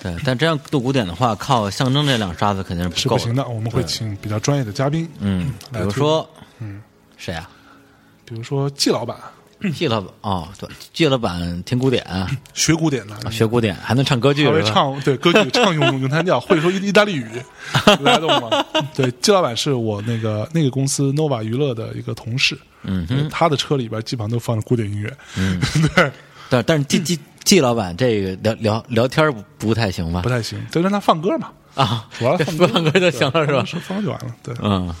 对，但这样做古典的话，靠象征这两刷子肯定
是
够
不
的。
行的，我们会请比较专业的嘉宾，
嗯，比如说，嗯，谁啊？
比如说季老板，
季老板哦，对，季老板听古典，啊
学古典的，
学古典，嗯还能唱歌剧
他会
是吧？
唱对歌曲，唱咏咏叹调，会说意意大利语，来懂 吗？对，季老板是我那个那个公司 Nova 娱乐的一个同事，
嗯
对，他的车里边基本上都放着古典音乐，嗯， 对，
但但是季季季老板这个聊聊聊天不不太行吧
不？太行，就让他放歌嘛，
啊，
主要是
不唱歌就行了是吧？
说放歌就完了，对，
嗯，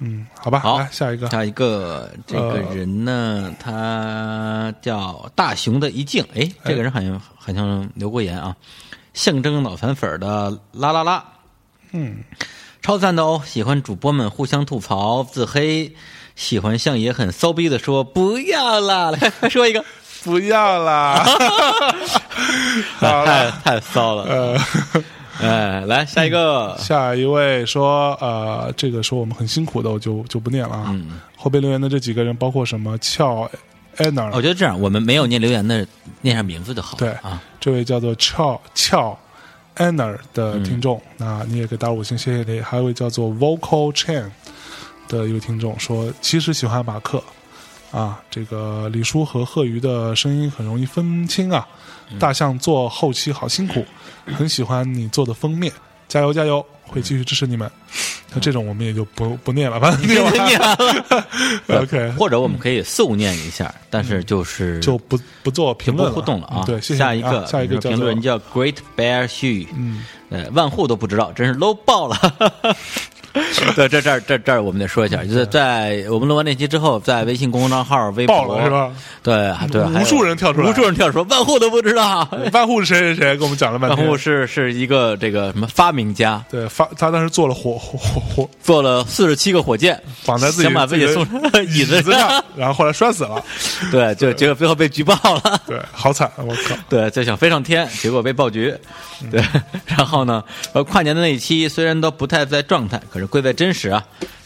嗯，好吧，
好
来下一个，
下一个这个人呢，他叫大熊的一静，哎，这个人好像好像留过言啊，象征脑残粉儿的啦啦啦，
嗯，
超赞的哦！喜欢主播们互相吐槽自黑，喜欢相爷很骚逼的说不要啦， 来快说一个，
不要啦，好
太
了，
太骚了，
呃。
哎，来下一个，
下一位说，呃，这个说我们很辛苦的，我就就不念了啊。后边留言的这几个人，包括什么俏 Anna，、
我觉得这样，我们没有念留言的，念上名字就好了，
对
啊，
这位叫做俏俏 Anna 的听众，
嗯
那你也给打五星，谢谢你。还有一位叫做 Vocal Chain 的一位听众说，其实喜欢马克啊，这个李叔和贺鱼的声音很容易分清啊。
嗯
大象做后期好辛 苦，很喜欢你做的封面，加油加油！会继续支持你们。那这种我们也就不不念了，反正 念完了
嗯 念了
OK，
或者我们可以速念一下，但是就是
嗯就不不做
就
评
不
论了，
互动了啊。
嗯对，谢谢
下一
你啊
个
下一个叫
评论人
做
叫 Great Bear Xu，
嗯，
呃，万户都不知道，真是 low 爆了。 对，这这儿这这儿我们得说一
嗯
下，就是在我们录完那期之后，在微信公众号、微
爆
博
了是？吧？
对对，还有
无数人跳出来哎
无数人跳出来，万户都不 知道。
万户是谁谁谁跟我们讲了半
万
天，
户是是一个这个什么发明家，
对发他当时做了火火火火
做了四十七个火箭，
绑在自己
想把自己
的
送到 椅子
子上，然后后来摔死了，
对，就结果最后被举报了。
对，好惨，我靠，
对，就想飞上天，结果被爆菊。
嗯
对， 然后呢，呃，跨年的那一期虽然都不太在状态，可是贵在真实啊。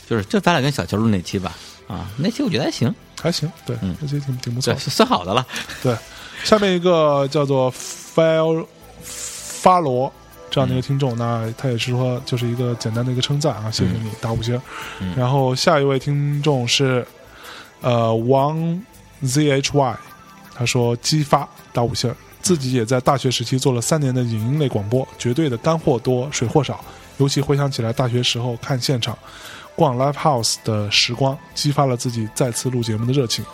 就是就咱俩跟小乔录那期吧，啊，那期我觉得还行，
还行，对，
嗯
而且挺挺不错
对，
的，
算好的了。
对，下面一个叫做 File 发罗这样的一个听众，那他也是说就是一个简单的一个称赞啊，谢谢你打五星。然后下一位听众是呃王 ZHY，他说激发打五星，自己也在大学时期做了三年的影音类广播，绝对的干货多，水货少，尤其回想起来大学时候看现场。逛 live house 的时光，激发了自己再次录节目的热情。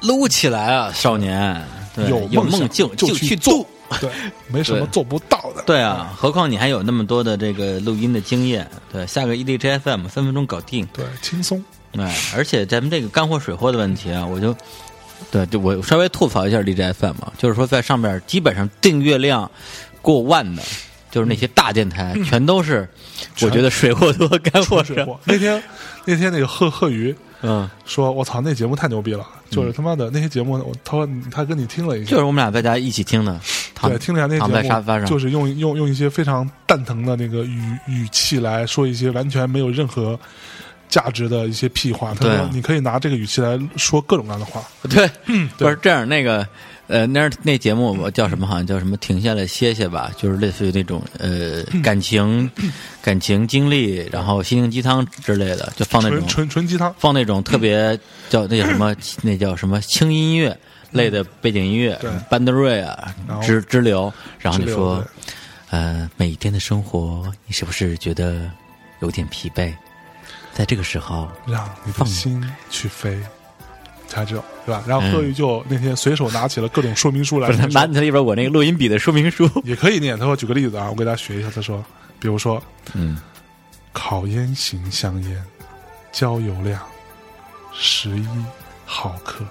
撸起来啊，少年，对
有
有
梦
梦
想
境
就去
去
做
度。
对，没什么
对
做不到的。
对啊，何况你还有那么多的这个录音的经验，对，下个 E EDG FM 三分钟搞定，
对，轻 松。
哎，而且咱们这个干货水货的问题啊，我就对，就我稍微吐槽一下 DJ FM 啊，就是说在上面基本上订阅量过万的，就是那些大电台，全都是我觉得水货多，干货
嗯水
少。
货。那天那天那个贺贺鱼
嗯，
说：“我操，那节目太牛逼了！就是他妈的那些节目，我他说你他跟你听了一下
就，是我们俩在家一起听的，躺
对，听了一下
躺
那
在
些
沙
节
发
目，
上，
就是用用用一些非常蛋疼的那个语语气来说一些完全没有任何价值的一些屁话。他
对
说
啊
你可以拿这个语气来说各种各样的话。
对，
嗯对
不是这样。那个，呃，那那节目我叫什么？好像叫什么？停下来歇歇吧，就是类似于那种呃
嗯
感情、感情经历，然后心灵鸡汤之类的，就放那
纯
种
纯纯鸡汤，
放那种特
嗯
别叫那叫 什么？那叫什么轻音乐类的背景音乐
对，
班德瑞啊
然后，
支支流，然后你
支流
说，呃，每天的生活，你是不是觉得有点疲惫？在这个时候，
让你的
放
心去飞。”才这种是吧？然后贺宇就那天随手拿起了各种说明书来，
嗯不是拿你那里边我那个录音笔的说明书，
也可以念。他说举个例子啊，我给大家学一下。他说，比如说
嗯。
烤烟型香烟，焦油量十一毫克，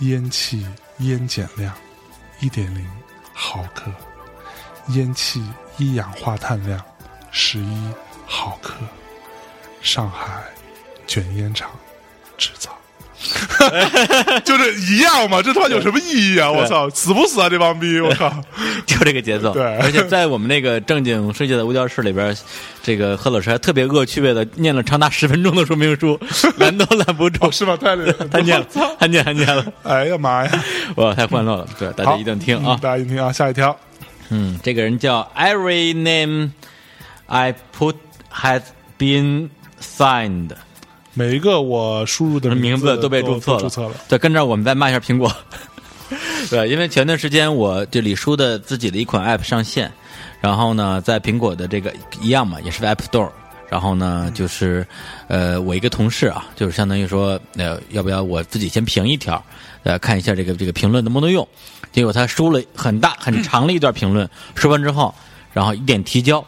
烟气烟碱量一点零毫克，烟气一氧化碳量十一毫克，上海卷烟厂制造。 就是一样嘛，这他妈有什么意义啊！我
对
操，死不死啊这帮逼！我 靠，
就这个节奏。
对
而且在我们那个正经睡觉的无教室里边，这个何老师还特别恶趣味的念了长达十分钟的说 明书，拦都拦不住
哦，。是吗？太厉害
他念
了！
了，他念，他念了，
哎呀妈呀！
哇，太欢乐了！对，大家
好，
一定听啊
嗯。大家一定听啊，下一条。
嗯，Hmm. 这个人叫 Every name I put has been signed，
每一个我输入的
名
字
字都被
注
注册
注
了。
册了。
对，跟着我们再骂一下苹果。 对，因为前段时间我这李叔的自己的一款 App 上线，然后呢，在苹果的这个一样嘛，也是 App Store。然后呢，就是，呃，我一个同事啊，就是相当于说，呃，要不要我自己先评一条，呃，看一下这个这个评论能不能用？结果他输了很大很长的一段评论，说完之后，然后一点提交，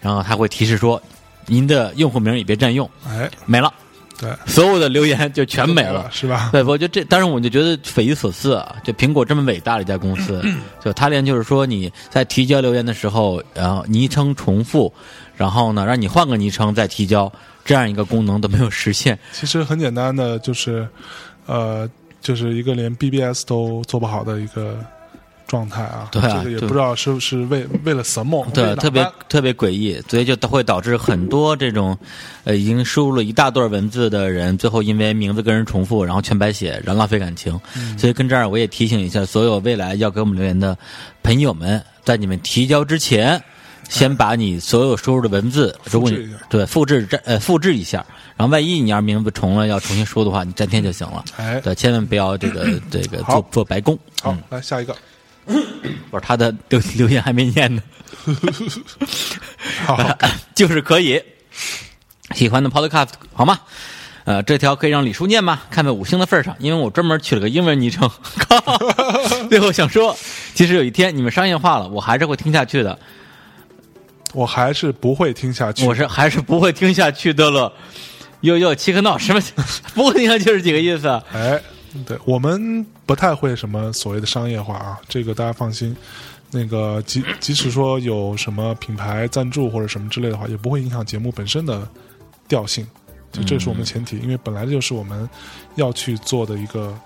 然后他会提示说，您的用户名也别占用，
哎，
没了，
对，
所有的留言就全 没了。
是 吧？
对，我觉得这，当然我就觉得匪夷所思啊！就苹果这么伟大的一家公司，就他连就是说你在提交留言的时候，然后昵称重复，然后呢让你换个昵称再提交，这样一个功能都没有实现。
其实很简单的，就是，呃，就是一个连 BBS 都做不好的一个状态啊。
对啊
这个也
对
不知道是不是为为了什么，为
对，
哪
特别
般
特别诡异，所以就会导致很多这种，呃，已经输入了一大段文字的人，最后因为名字跟人重复，然后全白写，然后浪费感情。
嗯
所以跟这儿我也提醒一下所有未来要给我们留言的朋友们，在你们提交之前，先把你所有输入的文字，如
哎复制
果你
一下
对复制粘呃复制一下，然后万一你要是名字重了要重新输的话，你粘贴就行了。
哎，
对，千万不要 这个这个
好
做做白工。
好，来下一个。
不是他的留留言还没念呢。
好，
就是可以。喜欢的 Podcast 好吗？呃，这条可以让李叔念吗？看在五星的份儿上，因为我专门取了个英文昵称。 靠最后想说，其实有一天你们商业化了，我还是会听下去的，
我还是不会听下去
我。是还是不会听下去的了。哟哟，七个闹什么？ 不会听下去是几个意思啊？
哎，对我们不太会什么所谓的商业化啊，这个大家放心。那个即即使说有什么品牌赞助或者什么之类的话，也不会影响节目本身的调性。就这是我们的前提，因为本来就是我们要去做的一个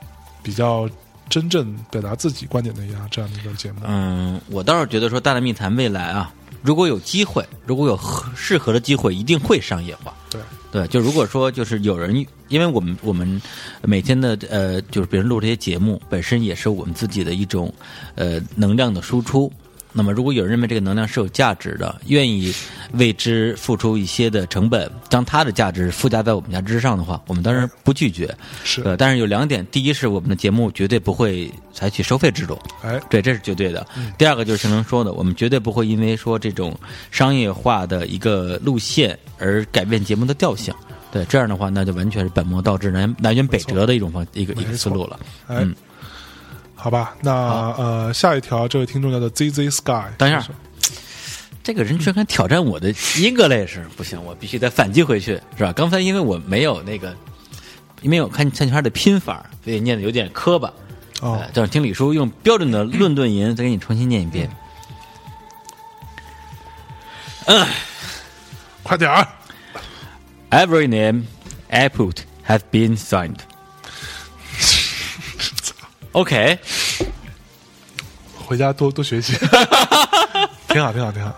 比较真正表达自己观点的一样这样的一个节目。
嗯，我倒是觉得说《大内密谈》未来啊，如果有机会，如果有合适合的机会，一定会商业化。
对
对，就如果说就是有人，因为我们我们每天的呃，就是别人录这些节目，本身也是我们自己的一种呃能量的输出。那么，如果有人认为这个能量是有价值的，愿意为之付出一些的成本，将它的价值附加在我们家之上的话，我们当然不拒绝。
是
对，但是有两点，第一是我们的节目绝对不会采取收费制度，
哎，
对，这是绝对的。
嗯
第二个就是陈能说的，我们绝对不会因为说这种商业化的一个路线而改变节目的调性。对，这样的话，那就完全是本末倒置、南南辕北辙的一种方一个一个
没
思
错
路了。
哎，
嗯
好吧，那呃，下一条这位听众叫做 Z Z Sky，
嗯等一下，这个人居然敢挑战我的 English，不行，我必须得反击回去，是吧？刚才因为我没有那个，没有看看圈的拼法，所以念的有点磕巴。
哦
呃，，就是听李叔用标准的论断音再给你重新念一遍。
快点儿，
Every name I put has been signed. OK，
回家多多学习， 挺好，挺好，挺好。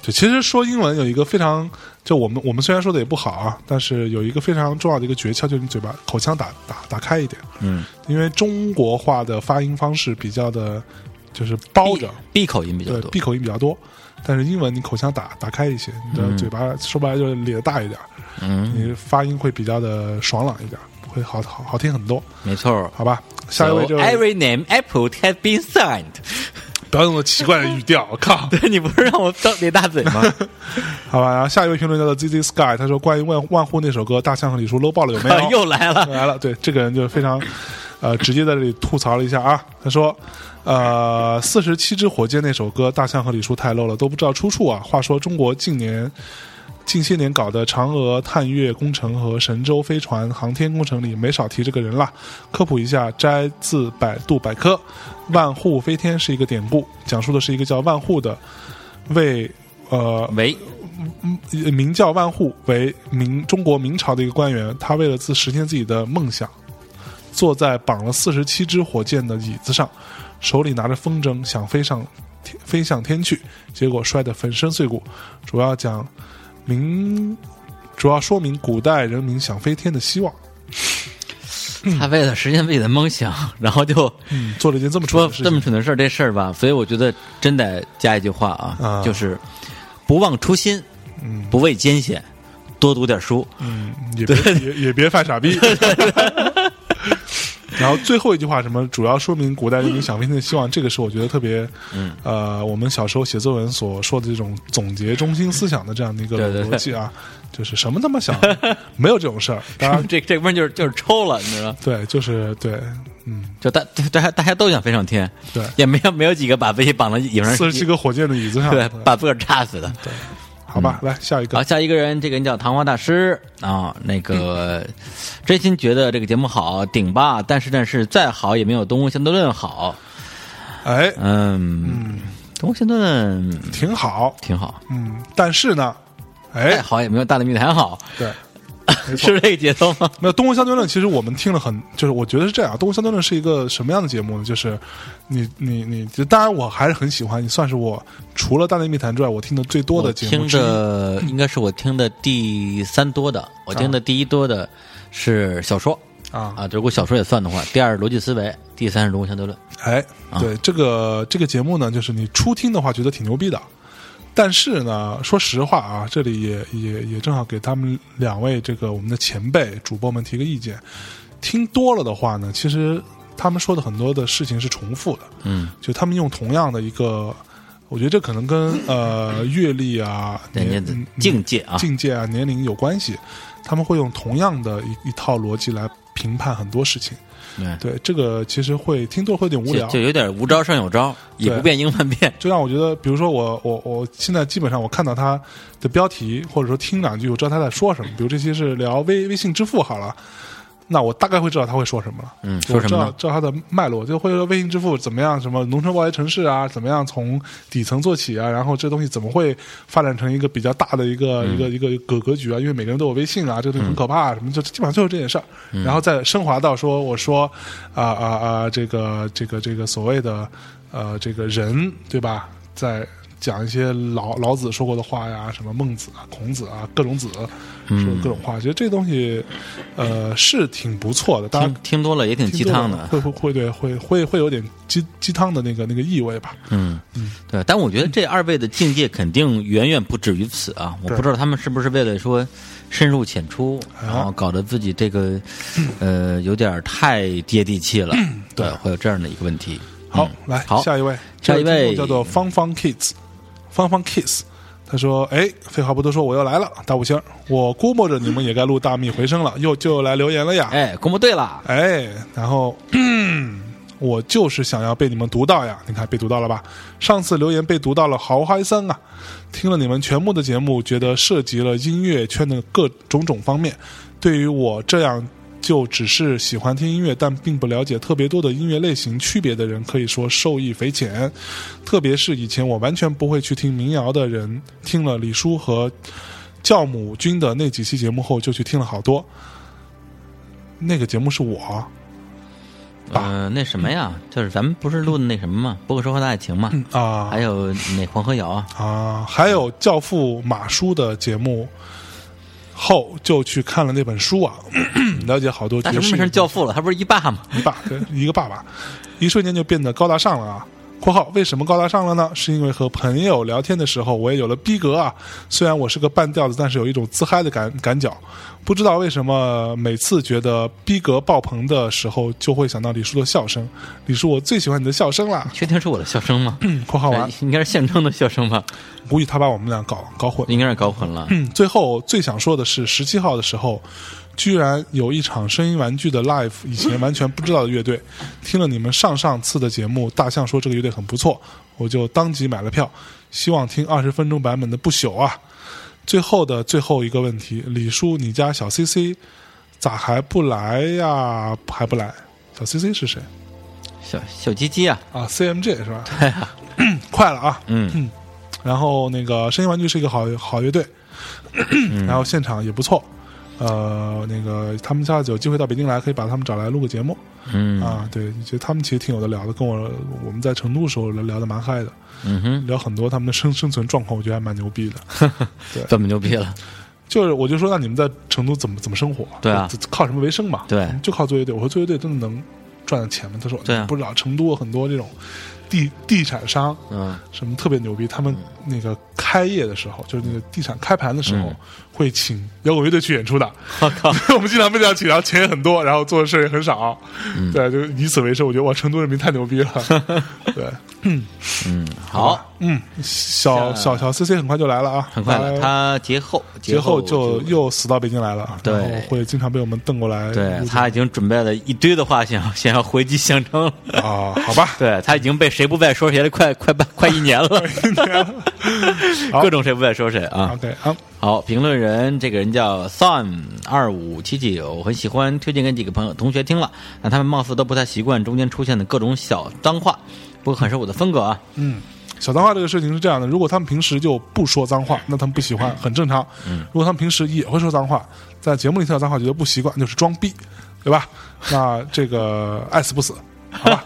就其实说英文有一个非常，就我们我们虽然说的也不好啊，但是有一个非常重要的一个诀窍，就是你嘴巴口腔打打打开一点，
嗯，
因为中国话的发音方式比较的，就是包着，
闭口音比较
对
多，。
闭口音比较多。但是英文你口腔打打开一些，你的嘴巴说白了就是咧大一点，
嗯，
你发音会比较的爽朗一点，会好好好听很多，
没错。
好吧？下一位
So,
就是
every name I put has been signed
不要用奇怪的语调，我靠！
对。你不是让我张咧大嘴吗？
好吧，然后下一位评论叫做 Z Z Sky，他说关于万万户那首歌《大象和李叔搂爆了 有没有？
哎 又来了。
来了，对，这个人就非常呃直接在这里吐槽了一下啊，他说。呃，四十七支火箭那首歌《大象和李叔》太 low 了，都不知道出处啊。话说中国近年近些年搞的嫦娥探月工程和神舟飞船航天工程里没少提这个人啦。科普一下，摘自百度百科，“万户飞天”是一个典故，讲述的是一个叫万户的为呃
喂，
呃名叫万户为明中国明朝的一个官员，他为了自实现自己的梦想，坐在绑了四十七只火箭的椅子上，手里拿着风筝，想飞上天飞向天去，结果摔得粉身碎骨。主要讲明，主要说明古代人民想飞天的希望。
他为了实现自己的梦想，然后就
嗯，做了一件这么蠢
说
的事
这么
情。
蠢的事儿，这事儿吧，所以我觉得真得加一句话啊，
啊
就是不忘初心，
嗯
不畏艰险，多读点书。
嗯，也别也也别犯傻 逼。 然后最后一句话什么，主要说明古代人民想飞天的希望，这个是我觉得特别，
嗯，
呃，我们小时候写作文所说的这种总结中心思想的这样的一
对对
个
对
逻辑啊，就是什么他妈想，没有这种事 儿。当然，
这这问就是就是抽了，你知道吗？
对，就是对，嗯，
就大 大家大家都想飞上天，
对，
也没有没有几个把自己绑到椅子
四
上
十，七个火箭的椅子上，
对，把自个儿炸死的。
好吧，来下一
好，
个，
下一个人，这个人叫糖花大师啊。那个，
嗯
真心觉得这个节目好，顶吧。但是，但是再好也没有《东吴相对论》好。
哎，
嗯，东吴相对论
挺好，
挺好，
嗯，但是呢，
再
哎，
好也没有《大内密谈》好，
对，没错
是这个节奏吗？
那《东吴相对论》其实我们听了很，就是我觉得是这样，《东吴相对论》是一个什么样的节目呢？就是你你你，就当然我还是很喜欢，你算是我除了《大内密谈》之外，我听的最多的节目
听
之一。
的应该是我听的第三多的，我听的第一多的是小说
啊
啊，如果小说也算的话，第二是逻辑思维，第三是东吴相对论。
哎，
啊
对这个这个节目呢，就是你初听的话觉得挺牛逼的，但是呢，说实话啊，这里也也也正好给他们两位这个我们的前辈主播们提个意见，听多了的话呢，其实他们说的很多的事情是重复的，
嗯，
就他们用同样的一个，我觉得这可能跟呃阅历啊、
人家
年
的
嗯
境界啊，
境界啊、年龄有关系，他们会用同样的一一套逻辑来评判很多事情。
对。
对，嗯这个其实会听多了会有点无
嗯就
聊。
就有点无招胜有招，以
对
不变应万变。
就让我觉得，比如说我我我现在基本上我看到他的标题，或者说听两句，我知道他在说什么。比如这期是聊微微信支付好了，那我大概会知道他会说什么了。
嗯，
我
说
知
什么
道
呢？
知道它的脉络，就会说微信支付怎么样，什么农村包围城市啊，怎么样从底层做起啊，然后这东西怎么会发展成一个比较大的一个、
嗯
一个一个格格局啊？因为每个人都有微信啊，这个东西很可怕、啊，什么就基本上就是这件事儿，
嗯
然后再升华到说，我说啊啊啊，这个这个这个所谓的呃这个人对吧，在。讲一些老老子说过的话呀，什么孟子啊、孔子啊、各种子，
嗯
说各种话，觉得这东西，呃，是挺不错的。大家
听听多了也挺鸡汤的，啊
会会会对会会会有点鸡鸡汤的那个那个意味吧？
嗯，对。但我觉得这二位的境界肯定远远不止于此啊！我
对哎
不知道他们是不是为了说深入浅出，然后搞得自己 这个呃有点太接地气了，对，会有这样的一个问题。
嗯好，
嗯
来
好
下一位，
下一
这位听
位
众叫做芳芳 kids，芳芳 kiss。他说：“哎，废话不多说，我又来了，大五星儿，我估摸着你们也该录大秘回声了，又就来留言了呀。
哎，公布对了，
哎，然后、 我就是想要被你们读到呀！你看被读到了吧？上次留言被读到了，好嗨森啊！听了你们全部的节目，觉得涉及了音乐圈的各种种方面。对于我这样就只是喜欢听音乐，但并不了解特别多的音乐类型区别的人，可以说受益匪浅。特别是以前我完全不会去听民谣的人，听了李叔和教母君的那几期节目后，就去听了好多。那个节目是我，吧
嗯、那什么呀，就是咱们不是录的那什么嘛，《播客生活的爱情》嘛，
啊
还有那黄河谣啊，
啊，还有《教父》马叔的节目后，就去看了那本书啊， 了解好多
那
爵
什么
士
变成教父了？他不是一霸吗？
一爸对一个爸爸，一瞬间就变得高大上了啊。（括号为什么高大上了呢？是因为和朋友聊天的时候，我也有了逼格啊。虽然我是个半吊子，但是有一种自嗨的感感脚。不知道为什么，每次觉得逼格爆棚的时候，就会想到李叔的笑声。李叔，我最喜欢你的笑声 啦。
确定是我的笑声吗？）
（括号完，
应该是象征的笑声吧，
估计他把我们俩搞搞混了。
应该是搞混了。
嗯，最后最想说的是，十七号的时候，居然有一场声音玩具的 live，以前完全不知道的乐队。听了你们上上次的节目，大象说这个乐队很不错，我就当即买了票，希望听二十分钟版本的不朽啊。最后的最后一个问题，李叔，你家小 CC 咋还不来呀？还不来？小 CC 是谁
小小鸡鸡啊，
啊？CMJ 是吧？对啊，快了啊！
嗯，嗯
然后那个声音玩具是一个好好乐队，然后现场也不错。呃，那个他们下次有机会到北京来，可以把他们找来录个节目
嗯
啊。对，觉得他们其实挺有的聊的，跟我我们在成都时候聊的蛮嗨的，
嗯哼，
聊很多他们的生 生存状况，我觉得还蛮牛逼的。
这么牛逼了，
就是我就说，那你们在成都怎么怎么生活？
对啊
就靠什么为生嘛？
对
就靠做乐队。我说做乐队真的能赚到钱吗？他说
对啊
你不知道成都有很多这种地地产商
嗯
什么特别牛逼，他们那个开业的时候，就是那个地产开盘的时候，
嗯
会请摇滚乐队去演出的。我靠， 我们经常被这样请，然后钱也很多，然后做的事儿也很少，
嗯
对，就以此为生。我觉得哇，成都人民太牛 逼了。对，
嗯，好，
嗯，小小
下
小 CC 很快就来了啊，
很快了，
来
他节呃后
节后
就
就又死到北京来了啊，
对
然后会经常被我们瞪过来录节目。
对他已经准备了一堆的话，想要想要回击相声 了。
啊，好吧，
对他已经被谁不拜说谁了，快快半快一年 了，
好
各种谁不拜说谁啊。
，OK 啊，
好，评论人这个人叫 Sun 二五七九，我很喜欢，推荐给几个朋友同学听了，但他们貌似都不太习惯中间出现的各种小脏话，不过很是我的风格啊。
嗯，小脏话这个事情是这样的，如果他们平时就不说脏话，那他们不喜欢，很正常。如果他们平时也会说脏话，在节目里听到脏话觉得不习惯，就是装逼，对吧？那这个爱死不死，好吧，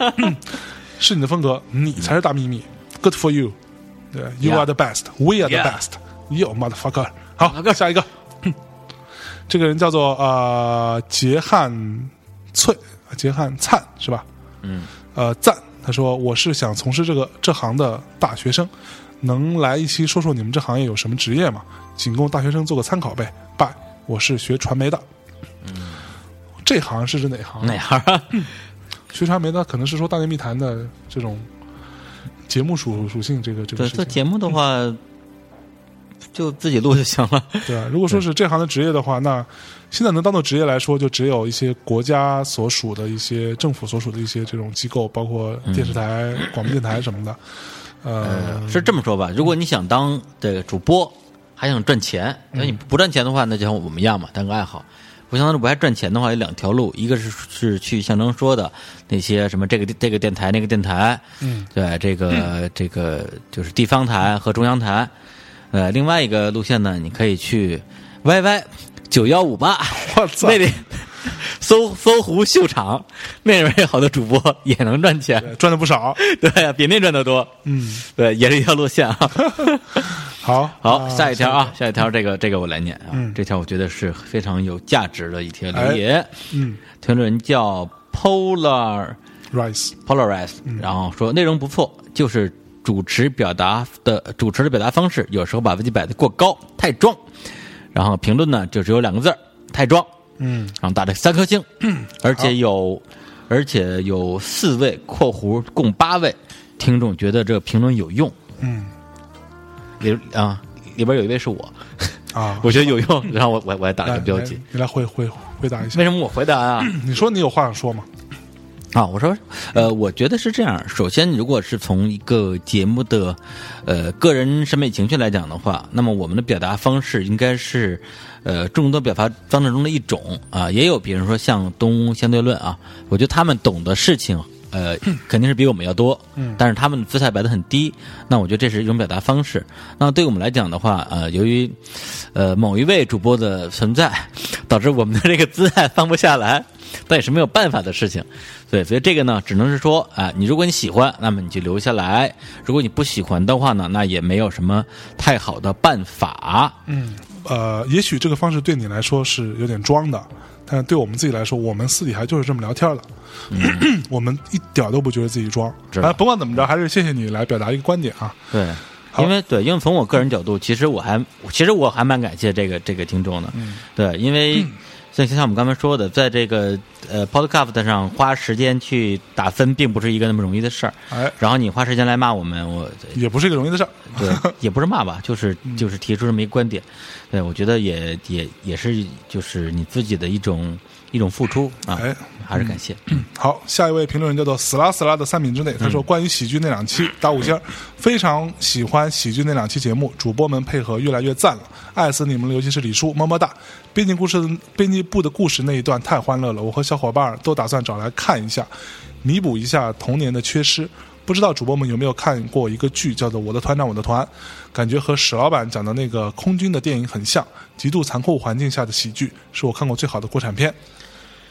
是你的风格，你才是大秘密，Good for you，对，You
Yeah
are the best，We are the
Yeah
best，You motherfucker。好，下一个，这个人叫做呃杰汉翠，杰汉灿是吧？呃赞，他说我是想从事这个这行的大学生，能来一期说说你们这行业有什么职业吗？仅供大学生做个参考呗。拜，我是学传媒的。嗯，这行是指哪行？
哪样啊？
学传媒的可能是说大内密谈的这种节目属属性这个这个
对，
事
做
情。
节目的话，就自己录就行了。
对啊，如果说是这行的职业的话，那现在能当做职业来说，就只有一些国家所属的一些政府所属的一些这种机构，包括电视台、
嗯
广播电台什么的。呃，
是这么说吧，如果你想当这个主播，还想赚钱，那你不赚钱的话，那就像我们一样嘛，当个爱好。我相当于我还赚钱的话，有两条路，一个是是去象征说的那些什么这个这个电台那个电台，
嗯，
对，这个、这个就是地方台和中央台，呃，另外一个路线呢，你可以去 YY 九幺五八，
我操
那里搜搜狐秀场，那里面有好多主播也能赚钱，
呃赚的不少。
对呀，比那赚的多。嗯，对，也是一条路线啊。
好，
好，
啊
下一条啊，下一条这个这个我来念啊，这条我觉得是非常有价值的一条留言。
嗯
评论人叫 Polar
，rice，
Polarize，然
嗯
后说内容不错，就是主持表达的主持的表达方式，有时候把自己摆得过高，太装。然后评论呢就只有两个字儿，太装。
嗯，
然后打了三颗星，而且有，而且有四位（括弧共八位）听众觉得这个评论有用，
嗯，
里啊里边有一位是我，
啊，
我觉得有用，然后我我我还打了
来
个标
来
记。
你来回回回答一下
为。什么我回答啊？
你说你有话想说吗？
啊，我说，呃，我觉得是这样。首先，如果是从一个节目的，呃，个人审美情趣来讲的话，那么我们的表达方式应该是，呃，众多表达方式中的一种啊。也有，比如说像东相对论啊，我觉得他们懂的事情，呃，肯定是比我们要多，嗯，但是他们的姿态摆得很低，那我觉得这是一种表达方式。那对我们来讲的话，呃，由于，呃，某一位主播的存在，导致我们的这个姿态放不下来，但也是没有办法的事情。对，所以这个呢，只能是说啊、你如果你喜欢，那么你就留下来；如果你不喜欢的话呢，那也没有什么太好的办法。
嗯，呃，也许这个方式对你来说是有点装的，但对我们自己来说，我们私底下就是这么聊天的，
嗯
我们一点都不觉得自己装。
知道
啊，甭管怎么着，还是谢谢你来表达一个观点啊。
对，
好
因为对，因为从我个人角度，其实我还其实我还蛮感谢这个这个听众的，
嗯
对，因为像像我们刚才说的，在这个呃 Podcast 上花时间去打分，并不是一个那么容易的事儿。
哎，
然后你花时间来骂我们，我
也不是一个容易的事儿。
对， 也不是骂吧，就是
嗯
就是提出这么一个观点，对我觉得也也也是就是你自己的一种一种付出啊，
哎
还是感谢，
嗯好，下一位评论人叫做“死啦死啦”的三品之内，他说关于喜剧那两期打五星儿，非常喜欢喜剧那两期节目，主播们配合越来越赞了，爱死你们了，尤其是李叔，么么哒。编辑故事编辑部的故事那一段太欢乐了，我和小伙伴儿都打算找来看一下，弥补一下童年的缺失。不知道主播们有没有看过一个剧叫做《我的团长我的团》，感觉和史老板讲的那个空军的电影很像，极度残酷环境下的喜剧，是我看过最好的国产片。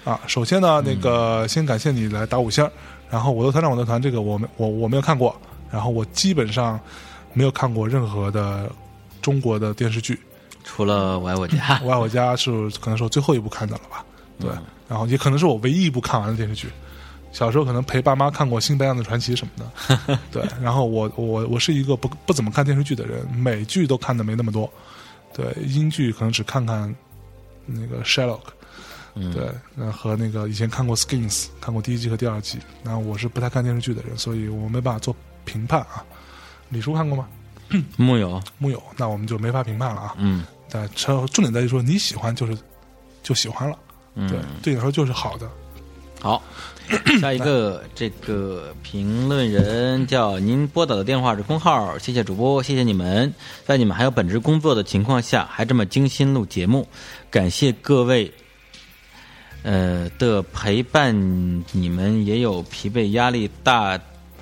啊，首先呢，那个先感谢你来打五星儿，然后《我的团长我的团》这个我没我我没有看过，然后我基本上没有看过任何的中国的电视剧，
除了我爱我家，
我爱我家是可能是我最后一部看的了吧？对，然后也可能是我唯一一部看完的电视剧。小时候可能陪爸妈看过《新白娘子传奇》什么的，对。然后我我我是一个不不怎么看电视剧的人，美剧都看的没那么多，对。英剧可能只看看那个 Sherlock，对，那和那个以前看过 Skins，看过第一季和第二季。那我是不太看电视剧的人，所以我没办法做评判啊。李叔看过吗？
木有，
木有，那我们就没法评判了啊。
嗯
但车重点在于说你喜欢就是就喜欢了，
嗯，
对，对你来说就是好的。
好，下一个这个评论人叫您拨打的电话是空号，谢谢主播，谢谢你们，在你们还有本职工作的情况下，还这么精心录节目，感谢各位。呃的陪伴，你们也有疲惫、压力大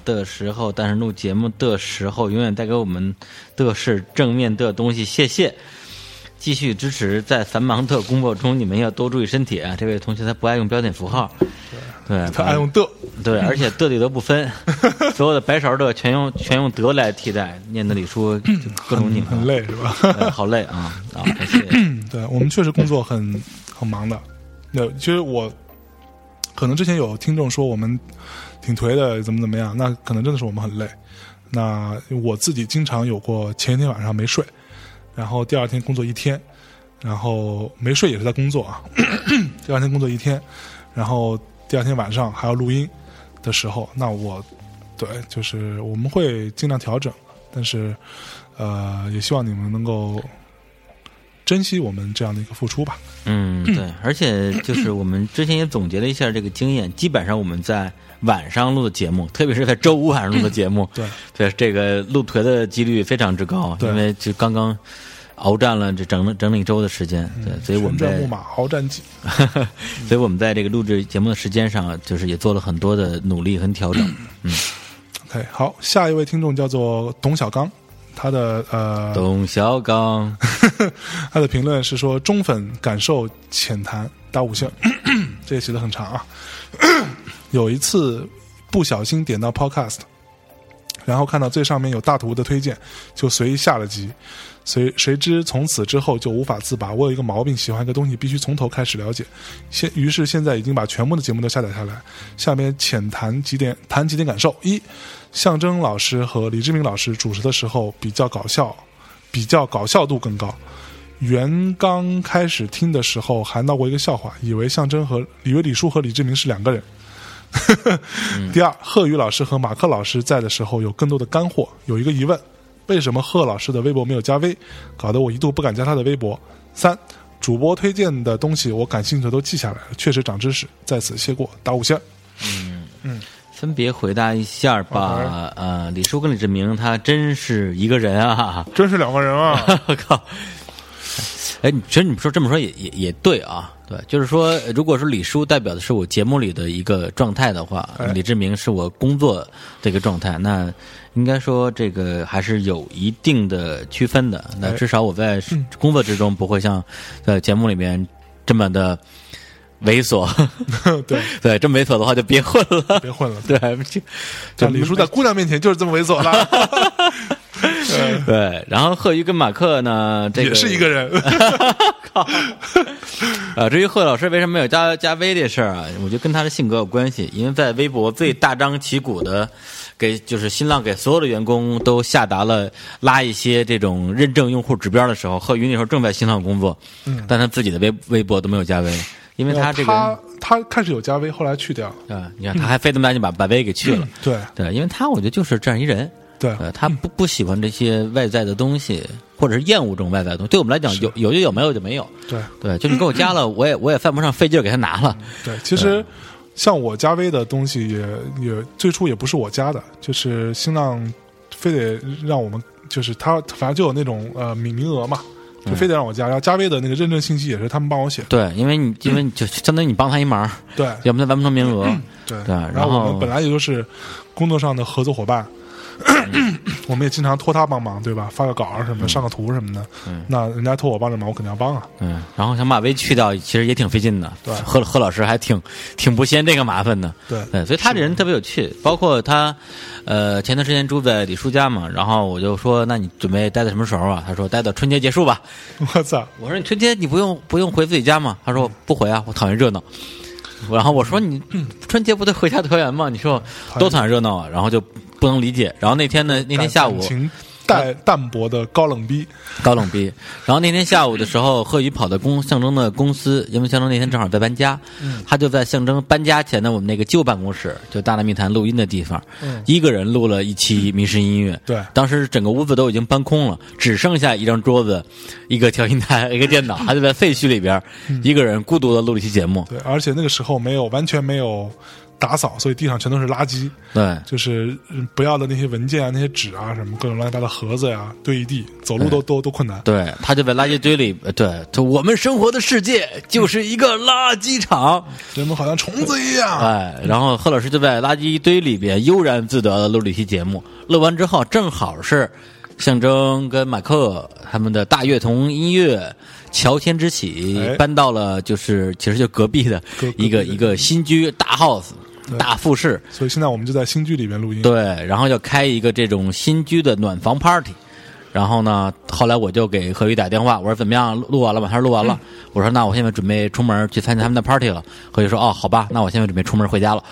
的时候，但是录节目的时候，永远带给我们的是正面的东西。谢谢，继续支持，在繁忙的工作中，你们要多注意身体啊！这位同学他不爱用标点符号，对，嗯
他爱用的，
对，而且的里德不分，所有的白勺的全用全用德来替代，念德里说就各种你们
很累是吧？
对好累啊啊！感谢，
对我们确实工作很很忙的。那其实我可能之前有听众说我们挺颓的，怎么怎么样，那可能真的是我们很累。那我自己经常有过前一天晚上没睡，然后第二天工作一天，然后没睡也是在工作啊， 第二天工作一天，然后第二天晚上还要录音的时候，那我对就是我们会尽量调整，但是呃也希望你们能够珍惜我们这样的一个付出吧。
嗯，对，而且就是我们之前也总结了一下这个经验，基本上我们在晚上录的节目，特别是在周五晚上录的节目，
对
对这个录颓的几率非常之高，
对
因为就刚刚鏖战了这整整整一周的时间，对，所以我们
旋转
在
木马鏖战记，
所以我们在这个录制节目的时间上，就是也做了很多的努力和调整。
OK，好，下一位听众叫做董小刚，他的呃，
董小刚，
他的评论是说中粉感受浅谈打五星， 这也写的很长啊。 有一次不小心点到 Podcast，然后看到最上面有大图的推荐，就随意下了集。谁谁知从此之后就无法自拔。我有一个毛病，喜欢一个东西必须从头开始了解。现于是现在已经把全部的节目都下载下来。下面浅谈几点，谈几点感受：一，象征老师和李志明老师主持的时候比较搞笑，比较搞笑度更高。原刚开始听的时候还闹过一个笑话，以为象征和以为李叔和李志明是两个人。
嗯
第二，贺宇老师和马克老师在的时候有更多的干货。有一个疑问，为什么贺老师的微博没有加 V？搞得我一度不敢加他的微博。三，主播推荐的东西我感兴趣的都记下来了，确实长知识，在此谢过，打五星。
分别回答一下吧。呃，李叔跟李志明，他真是一个人啊！
真是两个人啊！
我 靠！哎，你其实你说这么说也也也对啊，对，就是说，呃如果说李叔代表的是我节目里的一个状态的话，
哎
李志明是我工作这个状态，那应该说这个还是有一定的区分的。那
哎
至少我在
嗯
工作之中不会像在节目里面这么的猥琐，
对，
对，这么猥琐的话就别混 了，
别混了，
对，就
这李叔在姑娘面前就是这么猥琐 了，
对。然后贺鱼跟马克呢， 这个
也是一个人。
啊，至于贺老师为什么没有加加微这事儿啊，我觉得跟他的性格有关系，因为在微博最大张旗鼓的给就是新浪给所有的员工都下达了拉一些这种认证用户指标的时候，贺云那时候正在新浪工作，但他自己的微微博嗯都没有加微，因为他这个人啊、
他他开始有加微，后来去掉。嗯
你看他嗯还费这么大劲把把微给去了，
对
对，因为他我觉得就是这样一人，
对
呃，他不不喜欢这些外在的东西，或者是厌恶这种外在的东西，对我们来讲有有就有，没有就没有，
对
对，就你给我加了，我也我也犯不上费劲儿给他拿了。
对，其实
嗯
像我加微的东西也也最初也不是我加的，就是新浪非得让我们就是他反正就有那种呃名名额嘛，就
嗯
非得让我加。然后加微的那个认证信息也是他们帮我写的，
对，因为你因为你就相当于你帮他一忙，
对
要不他完不成名额。
对
对
然
然
我
后
们本来也就是工作上的合作伙伴，
嗯
我们也经常托他帮忙，对吧？发个稿儿什么的，上个图什么的，那人家托我帮这忙，我肯定要帮啊。
嗯，然后想把微去掉，其实也挺费劲的。
对
贺贺老师还挺挺不嫌这个麻烦的。
对
对，所以他这人特别有趣，包括他，呃，前段时间住在李叔家嘛，然后我就说，那你准备待到什么时候啊？他说待到春节结束吧。
我操，
我说你春节你不用不用回自己家吗？他
嗯
说不回啊，我讨厌热闹。然后我说你春节不得回家团圆吗？你说多讨厌热闹啊，然后就不能理解。然后那天呢，那天下午
感情淡淡薄的高冷逼，
高冷逼。然后那天下午的时候，贺宇跑到公象征的公司，因为象征那天正好在搬家，
嗯
他就在象征搬家前的我们那个旧办公室，就大内密谈录音的地方，
嗯
一个人录了一期迷失音乐。
对
当时整个屋子都已经搬空了，只剩下一张桌子、一个调音台、 一个电脑，他就在废墟里边、
嗯
一个人孤独的录了一期节目。
对，而且那个时候没有完全没有打扫，所以地上全都是垃圾，
对。
就是嗯不要的那些文件啊、那些纸啊、什么各种乱七八糟的盒子呀、堆一地，走路都都都困难。
对，他就在垃圾堆里，呃对，就我们生活的世界就是一个垃圾场，
人们好像虫子一样。
哎，然后贺老师就在垃圾堆里边悠然自得的录了一期节目，录完之后正好是象征跟马克他们的大乐童音乐乔迁之喜、
哎
搬到了就是其实就隔壁的
隔隔
一个
壁的
一个新居大 house 大复式，
所以现在我们就在新居里面录音。
对，然后要开一个这种新居的暖房 party。然后呢，后来我就给何宇打电话，我说怎么样，录录完了吗？他说录完了。我说那我现在准备出门去参加他们的 party 了。何宇说哦，好吧，那我现在准备出门回家了。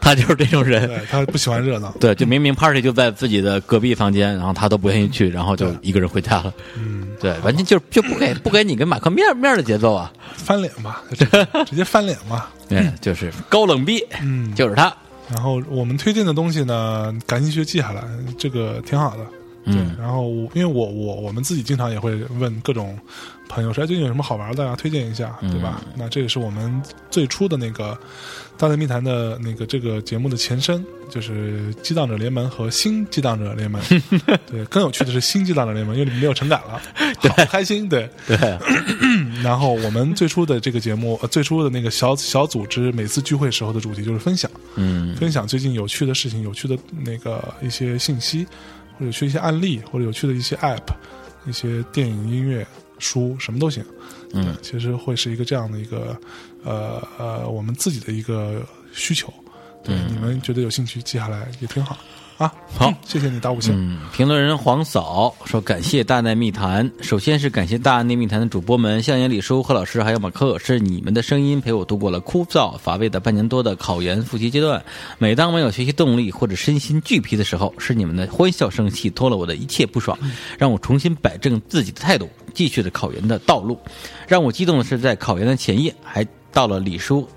他就是这种人，
对，他不喜欢热闹。
对，就明明 party 就在自己的隔壁房间，然后他都不愿意去，然后就一个人回家了。嗯，对，完全就是就不给不给你跟马克面面的节奏啊。
翻脸吧，就直接直接翻脸吧。
对，就是高冷逼，
嗯，
就是他。
然后我们推荐的东西呢，感兴趣记下来，这个挺好的。对，
嗯
然后我因为我我我们自己经常也会问各种朋友说，哎，最近有什么好玩的啊？推荐一下，对吧？那这也是我们最初的那个《大内密谈》的那个这个节目的前身，就是《激荡者联盟》和《新激荡者联盟》。对，更有趣的是《新激荡者联盟》，因为里面没有陈感了，好开心。对，
对，
然后我们最初的这个节目，呃、最初的那个小小组织，每次聚会时候的主题就是分享，
嗯，
分享最近有趣的事情、有趣的那个一些信息，或者有趣的一些案例，或者有趣的一些 App、一些电影、音乐、书，什么都行。
嗯
对，其实会是一个这样的一个，呃呃，我们自己的一个需求。对，你们觉得有兴趣记下来也挺好啊。
嗯好，
谢谢你打五星。
嗯，评论人黄嫂说：“感谢大内密谈，首先是感谢大内密谈的主播们，向野李叔、贺老师还有马克，是你们的声音陪我度过了枯燥乏味的半年多的考研复习阶段。每当没有学习动力或者身心俱疲的时候，是你们的欢笑声寄托了我的一切不爽，让我重新摆正自己的态度，继续的考研的道路。让我激动的是，在考研的前夜，还到了李叔。”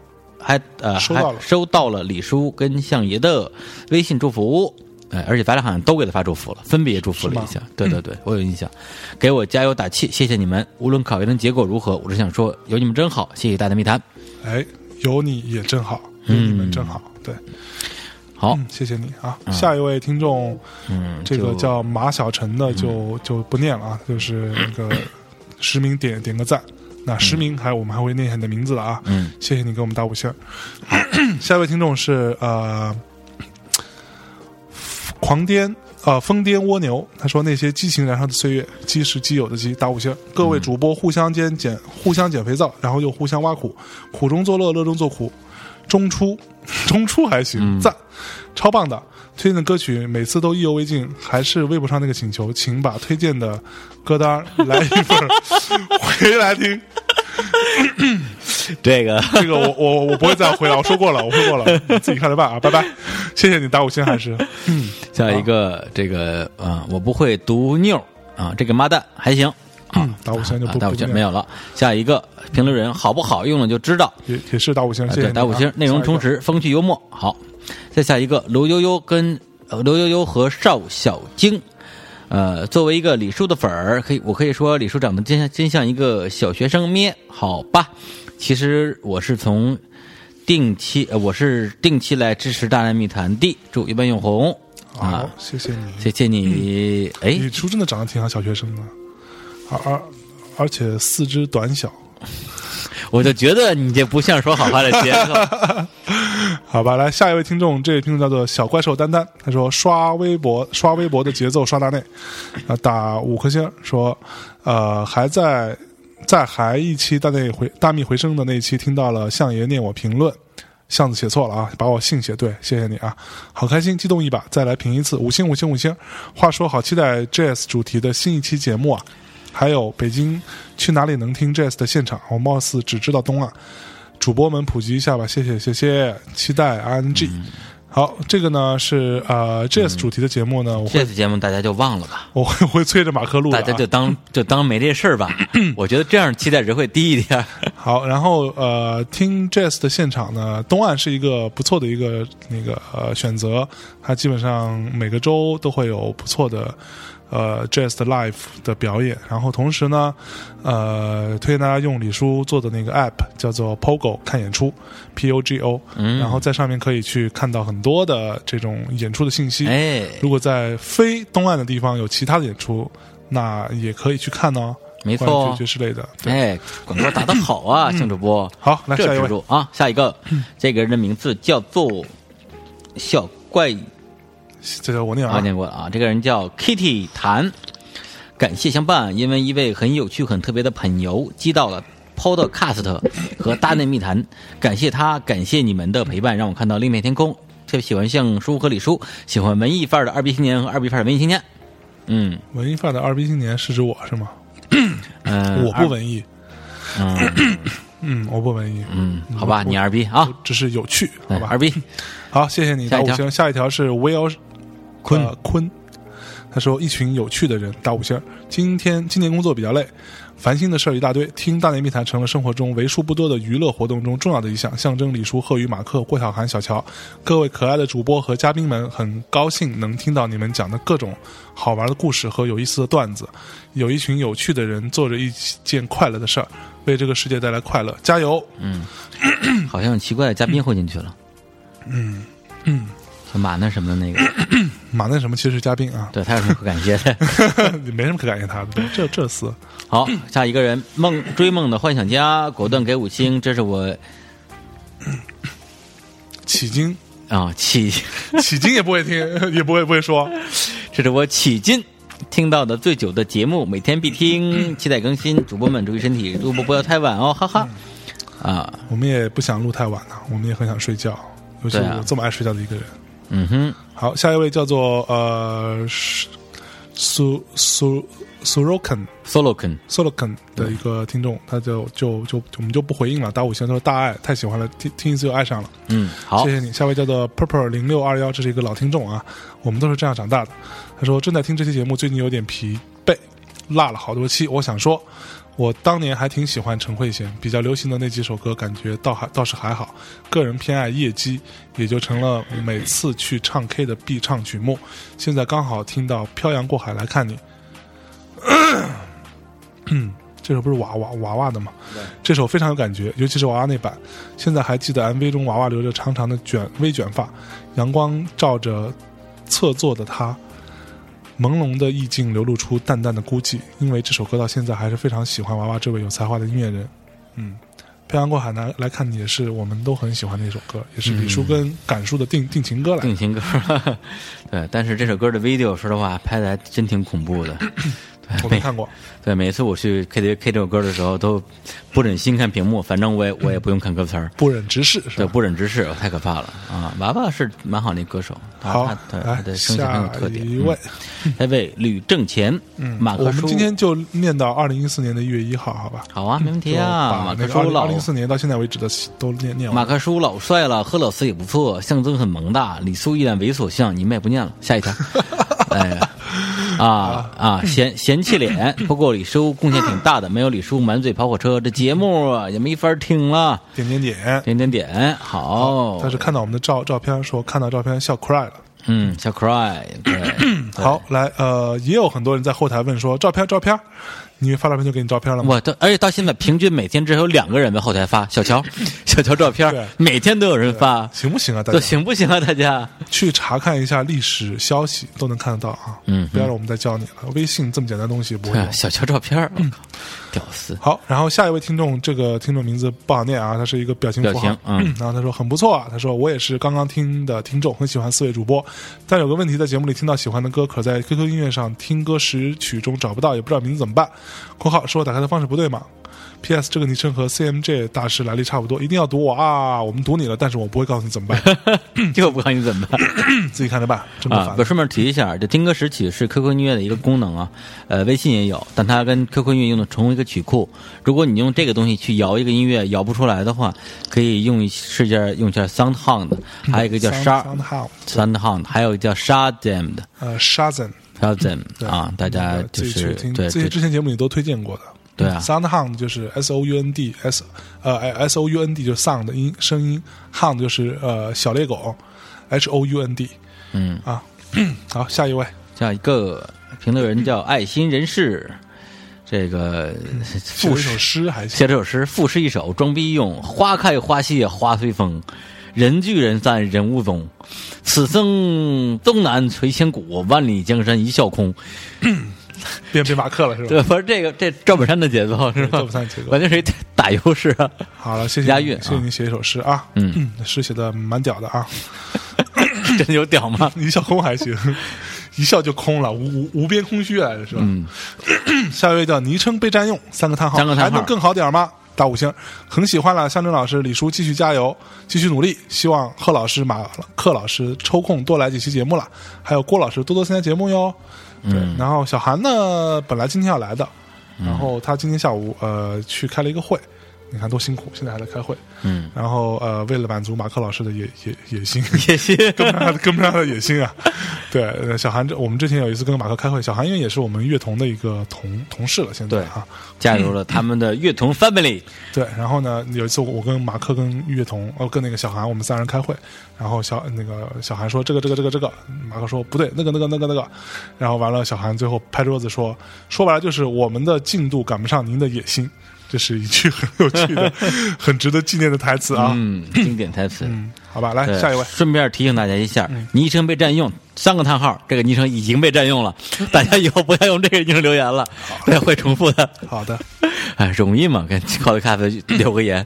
还呃，
收到
还
了
收到了李叔跟相爷的微信祝福，哎，而且咱俩好像都给他发祝福了，分别祝福了一下。对对对，
嗯
我有印象，给我加油打气，谢谢你们。无论考研的结果如何，我只想说，有你们真好，谢谢大内密谈。
哎，有你也真好，有你们真好。对，
嗯好，
嗯，谢谢你啊。下一位听众。
嗯，
这个
就嗯
叫马小晨的就就不念了啊，就是那个实名点点个赞。那实名还我们还会念一下你的名字的啊，
嗯，
谢谢你给我们打五星儿。 下一位听众是呃，狂癫啊、呃疯癫蜗牛，他说那些激情燃烧的岁月，基是基友的基，打五星儿。各位主播互相间减，互相减肥皂，然后又互相挖苦，苦中作乐，乐中作苦。中出， 中出还行，赞，超棒的。推荐的歌曲每次都意犹未尽，还是微博上那个请求，请把推荐的歌单来一份儿 回来听。
这个
这个我我我不会再回了，我说过了，我说过 了，你自己看着办啊，拜拜。谢谢你打五星，还是
下一个这个啊、我不会读妞啊，这个妈蛋还行啊，
嗯打五星就
啊
不
打五
不
星
念
没有了。下一个评论人好不好用了就知道。
也也是打五星，
啊
谢谢
对，
你
打五星
啊，
内容充。
下一个
实，风趣幽默。好，再下一个，刘悠悠跟呃刘悠悠和邵小晶。呃，作为一个李叔的粉儿，可以我可以说李叔长得真像真像一个小学生咩，好吧？其实我是从定期，呃，我是定期来支持《大内密谈》的，祝一般永红
好
啊，，
谢谢你。嗯
谢谢你。哎，
李叔真的长得挺像小学生的，而而而且四肢短小。
我就觉得你这不像说好话的节 奏。
好吧，来下一位听众，这位听众叫做小怪兽丹丹，他说刷微博刷微博的节奏刷大内，啊打五颗星，说呃还在在还一期大内回大秘回声的那一期听到了相爷念我评论，巷子写错了啊，把我姓写对，谢谢你啊，好开心，激动一把，再来评一次，五星五星五星。话说好期待 JS 主题的新一期节目啊，还有北京去哪里能听 JS 的现场，我貌似只知道东岸。主播们普及一下吧，谢谢谢谢，期待 RNG。好，这个呢是呃 JS 主题的节目呢，我会
这次节目大家就忘了吧，
我会我会催着马克录的、
大
啊，
家就当就当没这事儿 吧。我觉得这样期待值会低一点。
好，然后呃，听 Jazz 的现场呢，东岸是一个不错的一个那个呃选择，它基本上每个周都会有不错的呃 Jazz 的 live 的表演。然后同时呢，呃，推荐大家用李叔做的那个 app 叫做 Pogo 看演出，P O G O，、然后在上面可以去看到很多的这种演出的信息。
哎，
如果在非东岸的地方有其他的演出，那也可以去看哦。
没错
关于爵士类的，对，
哎，广告打得好啊，庆主播。
嗯好，来
这
下一
植
位。嗯
入啊，下一个，这个人的名字叫做小怪，
这个我念
我
啊，
念过了啊，这个人叫 Kitty 谭，感谢相伴，因为一位很有趣、很特别的朋友击到了。Podcast 和大内密谈，感谢他，感谢你们的陪伴，让我看到另面天空。特别喜欢像叔和李叔，喜欢文艺范儿的二逼青年和二逼范儿的文艺青年。嗯
文艺范的二逼青年是指我是吗？
嗯，
我不文艺，
二
嗯，我不文艺，
嗯嗯，好吧，你二逼啊
我，只是有趣，好
对
吧
二？逼，
好，谢谢你，
下
打
一
五
条
星。下一条是 Will
坤
呃坤，他说一群有趣的人，打五星。今天今年工作比较累，烦心的事儿一大堆，听大内密谈成了生活中为数不多的娱乐活动中重要的一项，象征李叔、贺宇、马克、郭晓涵、小乔各位可爱的主播和嘉宾们，很高兴能听到你们讲的各种好玩的故事和有意思的段子。有一群有趣的人做着一件快乐的事儿，为这个世界带来快乐，加油！
嗯好像有奇怪的嘉宾混进去了。嗯嗯，马那什么的那个，
马那什么其实是嘉宾啊，
对他有什么可感谢的？
没什么可感谢他的，这这厮。
好，下一个人梦追梦的幻想家，果断给五星，这是我
起劲，
啊起，
起劲也不会听， 也不会不会说。
这是我起劲。听到的最久的节目，每天必听，期待更新。主播们注意身体，录播不要太晚哦，哈哈。啊，
我们也不想录太晚了，啊我们也很想睡觉，尤其
对啊
我这么爱睡觉的一个人。
嗯哼，
好，下一位叫做呃是苏苏苏 Sorokin
Soloken，
Sorokin 的一个听众，他就就就我们就不回应了，打五星，他说大爱，太喜欢了，听听一次就爱上了。
嗯，好
谢，谢你。下一位叫做 purple 零六二幺，这是一个老听众啊，我们都是这样长大的。他说正在听这期节目，最近有点疲惫，落了好多期。我想说，我当年还挺喜欢陈慧娴，比较流行的那几首歌，感觉倒还倒是还好。个人偏爱夜机，也就成了每次去唱 K 的必唱曲目。现在刚好听到《漂洋过海来看你》。这首不是娃娃娃娃的吗？这首非常有感觉，尤其是娃娃那版。现在还记得 MV 中娃娃留着长长的卷微卷发，阳光照着侧坐的她，朦胧的意境流露出淡淡的孤寂。因为这首歌到现在还是非常喜欢娃娃这位有才华的音乐人。嗯，漂洋过海来来看你也是我们都很喜欢的一首歌，也是李叔跟感叔的定定情歌来的。
定情歌， 对，但是这首歌的 video 说实话拍的还真挺恐怖的。
我没看过，
对，每次我去 KTV K 这首歌的时候，都不忍心看屏幕，反正我也我也不用看歌词儿，
不忍直视是
对，
吧？
不忍直视，太可怕了啊！娃娃是蛮好的一个歌手，他
好
他，对他
来
的声线很有
下
特点。
一位。嗯
嗯，这位吕正前，马
我
克
们
叔，
今天就念到二零一四年的一月一号，好吧？
好啊，没问题啊，
把
马
那个
克叔
二零
老
二零四年到现在为止的都念念完。
马克叔老帅了，贺老师也不错，象征很萌大，李叔一脸猥琐相，你们也不念了，下 一条。哎呀，啊啊，嫌嫌弃脸，不过李叔贡献挺大的，没有李叔满嘴跑火车，这节目啊也没法听了。
点点点，
点点点，好，
他是看到我们的照照片，说看到照片笑 cry 了。
嗯， 小 cry，对，
好，来，呃，也有很多人在后台问说照片照片，你发照片就给你照片了吗？
我到而且到现在，平均每天只有两个人在后台发小 乔，小乔照
对
片，每天都有人发，
行不行啊？大
都
家
行不行啊？大家，
去查看一下历史消息，都能看得到啊。
嗯哼
不要让我们再教你了。微信这么简单的东西不会
哎
有
呀。小乔照片，我靠，屌 丝，
好，然后下一位听众，这个听众名字不好念啊，他是一个表情符号。
表情嗯
然后他说很不错啊，他说我也是刚刚听的听众，很喜欢四位主播，但有个问题，在节目里听到喜欢的歌，可在 QQ 音乐上听歌识曲中找不到，也不知道名字怎么办。 （括号是我打开的方式不对吗？）P.S. 这个昵称和 CMJ 大师来历差不多，一定要读我啊！我们读你了，但是我不会告诉你怎么办，
这个不看你怎么办？
自己看着办，真不
啊，
烦
不，。顺便提一下，这听歌识曲是 QQ 音乐的一个功能啊，呃，微信也有，但它跟 QQ 音乐用的同一个曲库。如果你用这个东西去摇一个音乐，摇不出来的话，可以用一试一下用一下 SoundHound，还有一个叫
嗯 Sound-
Shar
Soundhound
SoundHound，还有一个叫 Shazam 的
呃 Shazen，
Shazam
嗯对
啊，大家就
自己去
是
听，
对
这些
对
之前节目里都推荐过的。
对啊
s o u n d h o u n d 就是 S O U N D S 呃 S O U N D 就是 sound 音声音，hound 就是呃小猎狗，H O U N D
嗯，
啊。好，下一位，
叫一个评论人叫爱心人士，这个
嗯写了
复
一首诗还行
写。这首诗，赋诗一首，装逼用。花开花谢花随风，人聚人散人无踪。此生东南垂千古，万里江山一笑空。
变变马克了是吧？
这不是这个这赵本山的节奏是吧？
赵本山的节奏
完全是一打油诗啊。
好了，谢谢
押
你
韵啊
谢谢你写一首诗啊。
嗯，
诗写的蛮屌的啊，
真的有屌吗？
一笑空还 行，一笑就空了，无无无边空虚来着是吧？
嗯，
下一位叫昵称被占用，三个叹号，
三个叹号
还能更好点吗？打五星，很喜欢了，向正老师、李叔继续加油，继续努力，希望贺老师、马克老师抽空多来几期节目了，还有郭老师多多参加节目哟。
嗯
对，然后小韩呢，本来今天要来的，然后他今天下午呃去开了一个会，你看多辛苦，现在还在开会。
嗯，
然后呃，为了满足马克老师的野野野心，
也行。
跟不上他的跟不上他的野心啊。对，呃小韩这我们之前有一次跟马克开会，小韩因为也是我们乐童的一个同同事了，现在
对
啊，
加入了他们的乐童 family，
对。然后呢，有一次我跟马克跟乐童，哦，跟那个小韩，我们三人开会，然后小那个小韩说这个这个这个这个，马克说不对，那个那个那个那个，然后完了，小韩最后拍桌子说，说白了就是我们的进度赶不上您的野心。这是一句很有趣 的、很值得纪念的台词啊！
嗯，经典台词。
嗯，好吧，来
对
下一位，嗯
顺便提醒大家一下，昵称被占用，三个叹号，这个昵称已经被占用 了，大家以后不要用这个昵称留言了，对，会重复的。
好 的，
哎，容易嘛？跟 c o l d c a f 留个 言。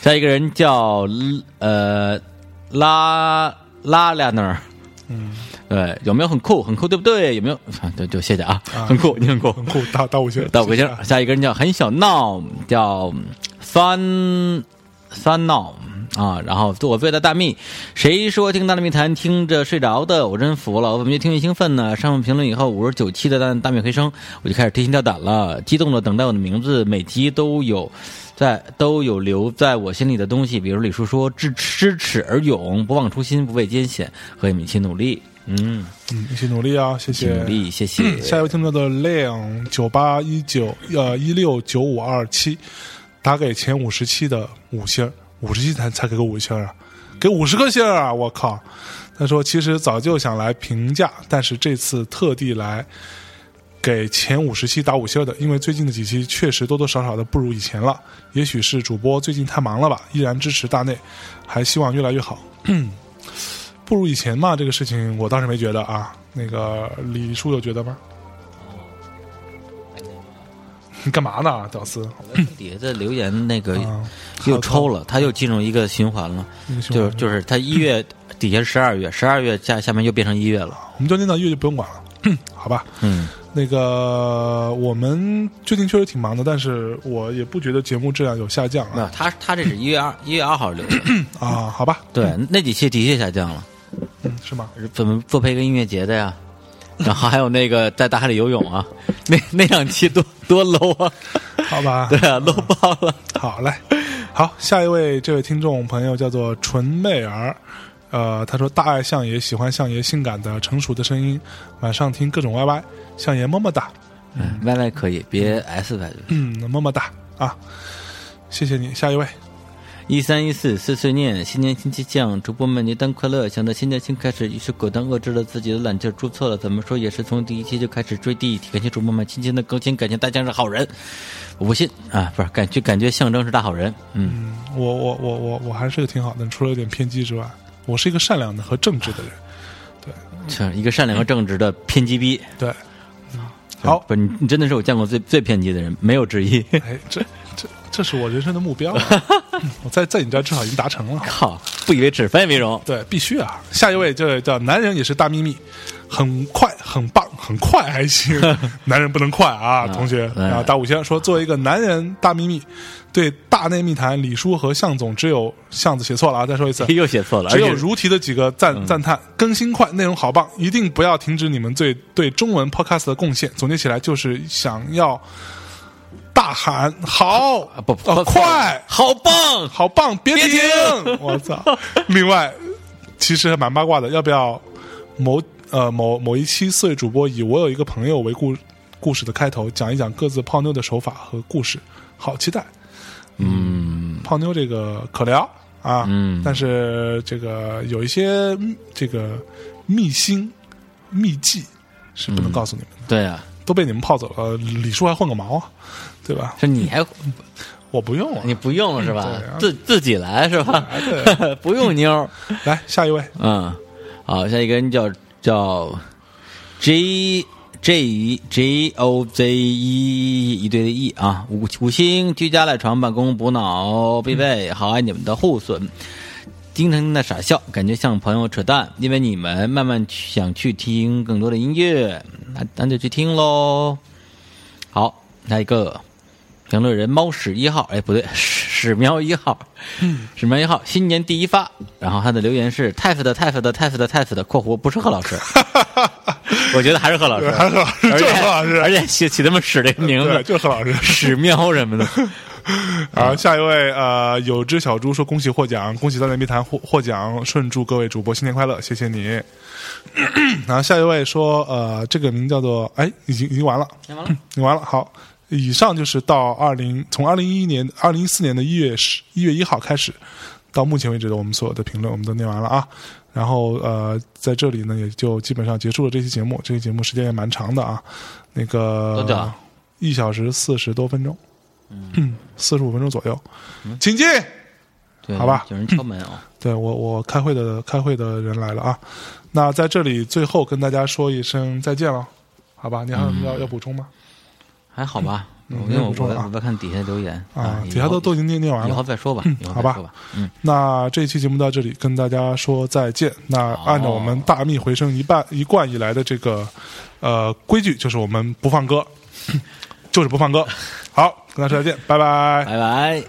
下一个人叫呃拉拉拉那儿，嗯，对，有没有很酷？很酷，对不对？有没有？啊对，就谢谢啊，很酷，你很酷，
很酷，大大五星，
到北
谢谢
京
啊。
下一个人叫很小闹，叫三三闹啊。然后我最爱的大蜜，谁说听大内密谈听着睡着的？我真服了，我怎么越听越兴奋呢？上面评论以后，五十九期的大大米回声，我就开始提心吊胆了，激动的等待我的名字，每集都有。在都有留在我心里的东西，比如李叔说“知知耻而勇，不忘初心，不畏艰险”，和你们一起努力。嗯，
嗯，一起努力啊，谢
一起
谢。
努力，谢谢。
下一位听众叫做 Leon 九八一九呃一六九五二七，打给前五十期的五星儿，五十期才才给个五星儿啊，给五十颗星儿啊！我靠！他说其实早就想来评价，但是这次特地来给前五十期打五星儿的，因为最近的几期确实多多少少的不如以前了，也许是主播最近太忙了吧，依然支持大内，还希望越来越好。 不如以前嘛，这个事情我倒是没觉得啊。那个李叔有觉得吗？你干嘛呢，屌丝？
底下的留言那个
啊，
又抽了，他又进入一个循环了，
那个兄弟
就是就是他一月底下是十二月，十二月下下面又变成一月了，
我们中间的月就不用管了， 好吧？
嗯，
那个我们最近确实挺忙的，但是我也不觉得节目质量有下降
没
啊
有他他这是一月二一月二号留的，
啊，好吧？
对，那几期的确下降了，
嗯，是吗？
怎么做培根音乐节的呀？然后还有那个在大海里游泳啊，那那两期多多 low 啊，
好吧
对，啊，low 爆了。
好嘞，好，下一位这位听众朋友叫做纯妹儿，呃，他说大爱相爷，喜欢相爷性感的成熟的声音，晚上听各种 YY，相爷么么哒，
嗯歪歪可以，别 S 吧。
嗯，么么哒啊，谢谢你，下一位，
一三一四碎碎念，新年新气象，主播们元旦快乐！想到新年新开始，于是果断遏制了自己的懒劲儿，注册了。怎么说也是从第一期就开始追第一题，感谢主播们轻轻的更新，感谢大家是好人。我不信啊，不是感觉感觉象征是大好人，嗯，
我我我我我还是个挺好的，除了有点偏激之外，我是一个善良的和正直的人。
是一个善良和正直的偏激逼。
对，好
不是你，你真的是我见过最最偏激的人，没有之一。
哎，这这这是我人生的目标啊，嗯我在在你这儿至少已经达成了。
靠，不以为耻，反以为荣。
对，必须啊！下一位这叫男人也是大秘密，很快，很棒，很快还行。男人不能快啊，同学。
嗯。
然后大五仙说，作为一个男人大秘密，对大内密谈，李叔和向总只有向字写错了啊，再说一次
又写错了，
只有
而且嗯
如题的几个赞赞叹，更新快，内容好棒，一定不要停止你们对对中文 podcast 的贡献。总结起来就是想要大喊好，
啊不
呃快，
好棒，
好棒，别
别
停！我操！另外，其实还蛮八卦的，要不要某呃某某一期四位主播以“我有一个朋友”为故故事的开头，讲一讲各自泡妞的手法和故事？好期待！嗯，泡妞这个可聊啊，
嗯
但是这个有一些嗯这个秘辛秘技是不能告诉你们的，
对啊，
都被你们泡走了，李叔还混个毛啊，对吧？
是你还
我不用啊，
你不用了是吧
嗯对啊？啊
自自己来是吧？ 不用妞儿，
来下一位，
嗯，好，下一个人叫叫 J J J O Z E 一堆的 E 啊，五五星居家赖床办公补脑必备，好爱你们的护损。经常的傻笑，感觉像朋友扯淡，因为你们慢慢去想去听更多的音乐，那那就去听喽。好，下一个评论人猫屎一号，哎，不对， 屎屎喵一号，
嗯
屎喵一号，新年第一发。然后他的留言是 t 夫的 t 夫的 t 夫的 t 夫的（括弧不是贺老师）， 我觉得还是贺老师，
还是贺老师
而且
就是贺老师
而且起起他们屎这个名
对，
字，
就是何老师。
屎喵什么的，
好，下一位，呃，有只小猪说恭喜获奖，恭喜大内密谈获获奖，顺祝各位主播新年快乐，谢谢你。 然后下一位说，呃，这个名叫做，哎，已经已经完了，嗯
完了，
已经完了。好，以上就是到二零从二零一一年二零一四年的一月十一月一号开始，到目前为止的我们所有的评论我们都念完了啊。然后呃，在这里呢也就基本上结束了这期节目，这期节目时间也蛮长的啊，那个
多久啊
一小时四十多分钟，嗯，四十五分钟左右，
嗯
请进。
对，
好吧
有人敲门啊、
对我我开会的开会的人来了啊，那在这里最后跟大家说一声再见了，好吧？你还有什么
嗯
要、要补充吗？
还好吧？
嗯
因为我
不错
我在
啊
我在看底下留言
啊，底下都都已经念念完
以
了
哎后，再说吧，以后
好
再
吧
说吧，嗯，
那这期节目到这里，跟大家说再见。那按照我们大秘回声一半一贯以来的这个呃规矩，就是我 们不放歌，就是不放歌。好，跟大家说再见，拜拜。
拜拜。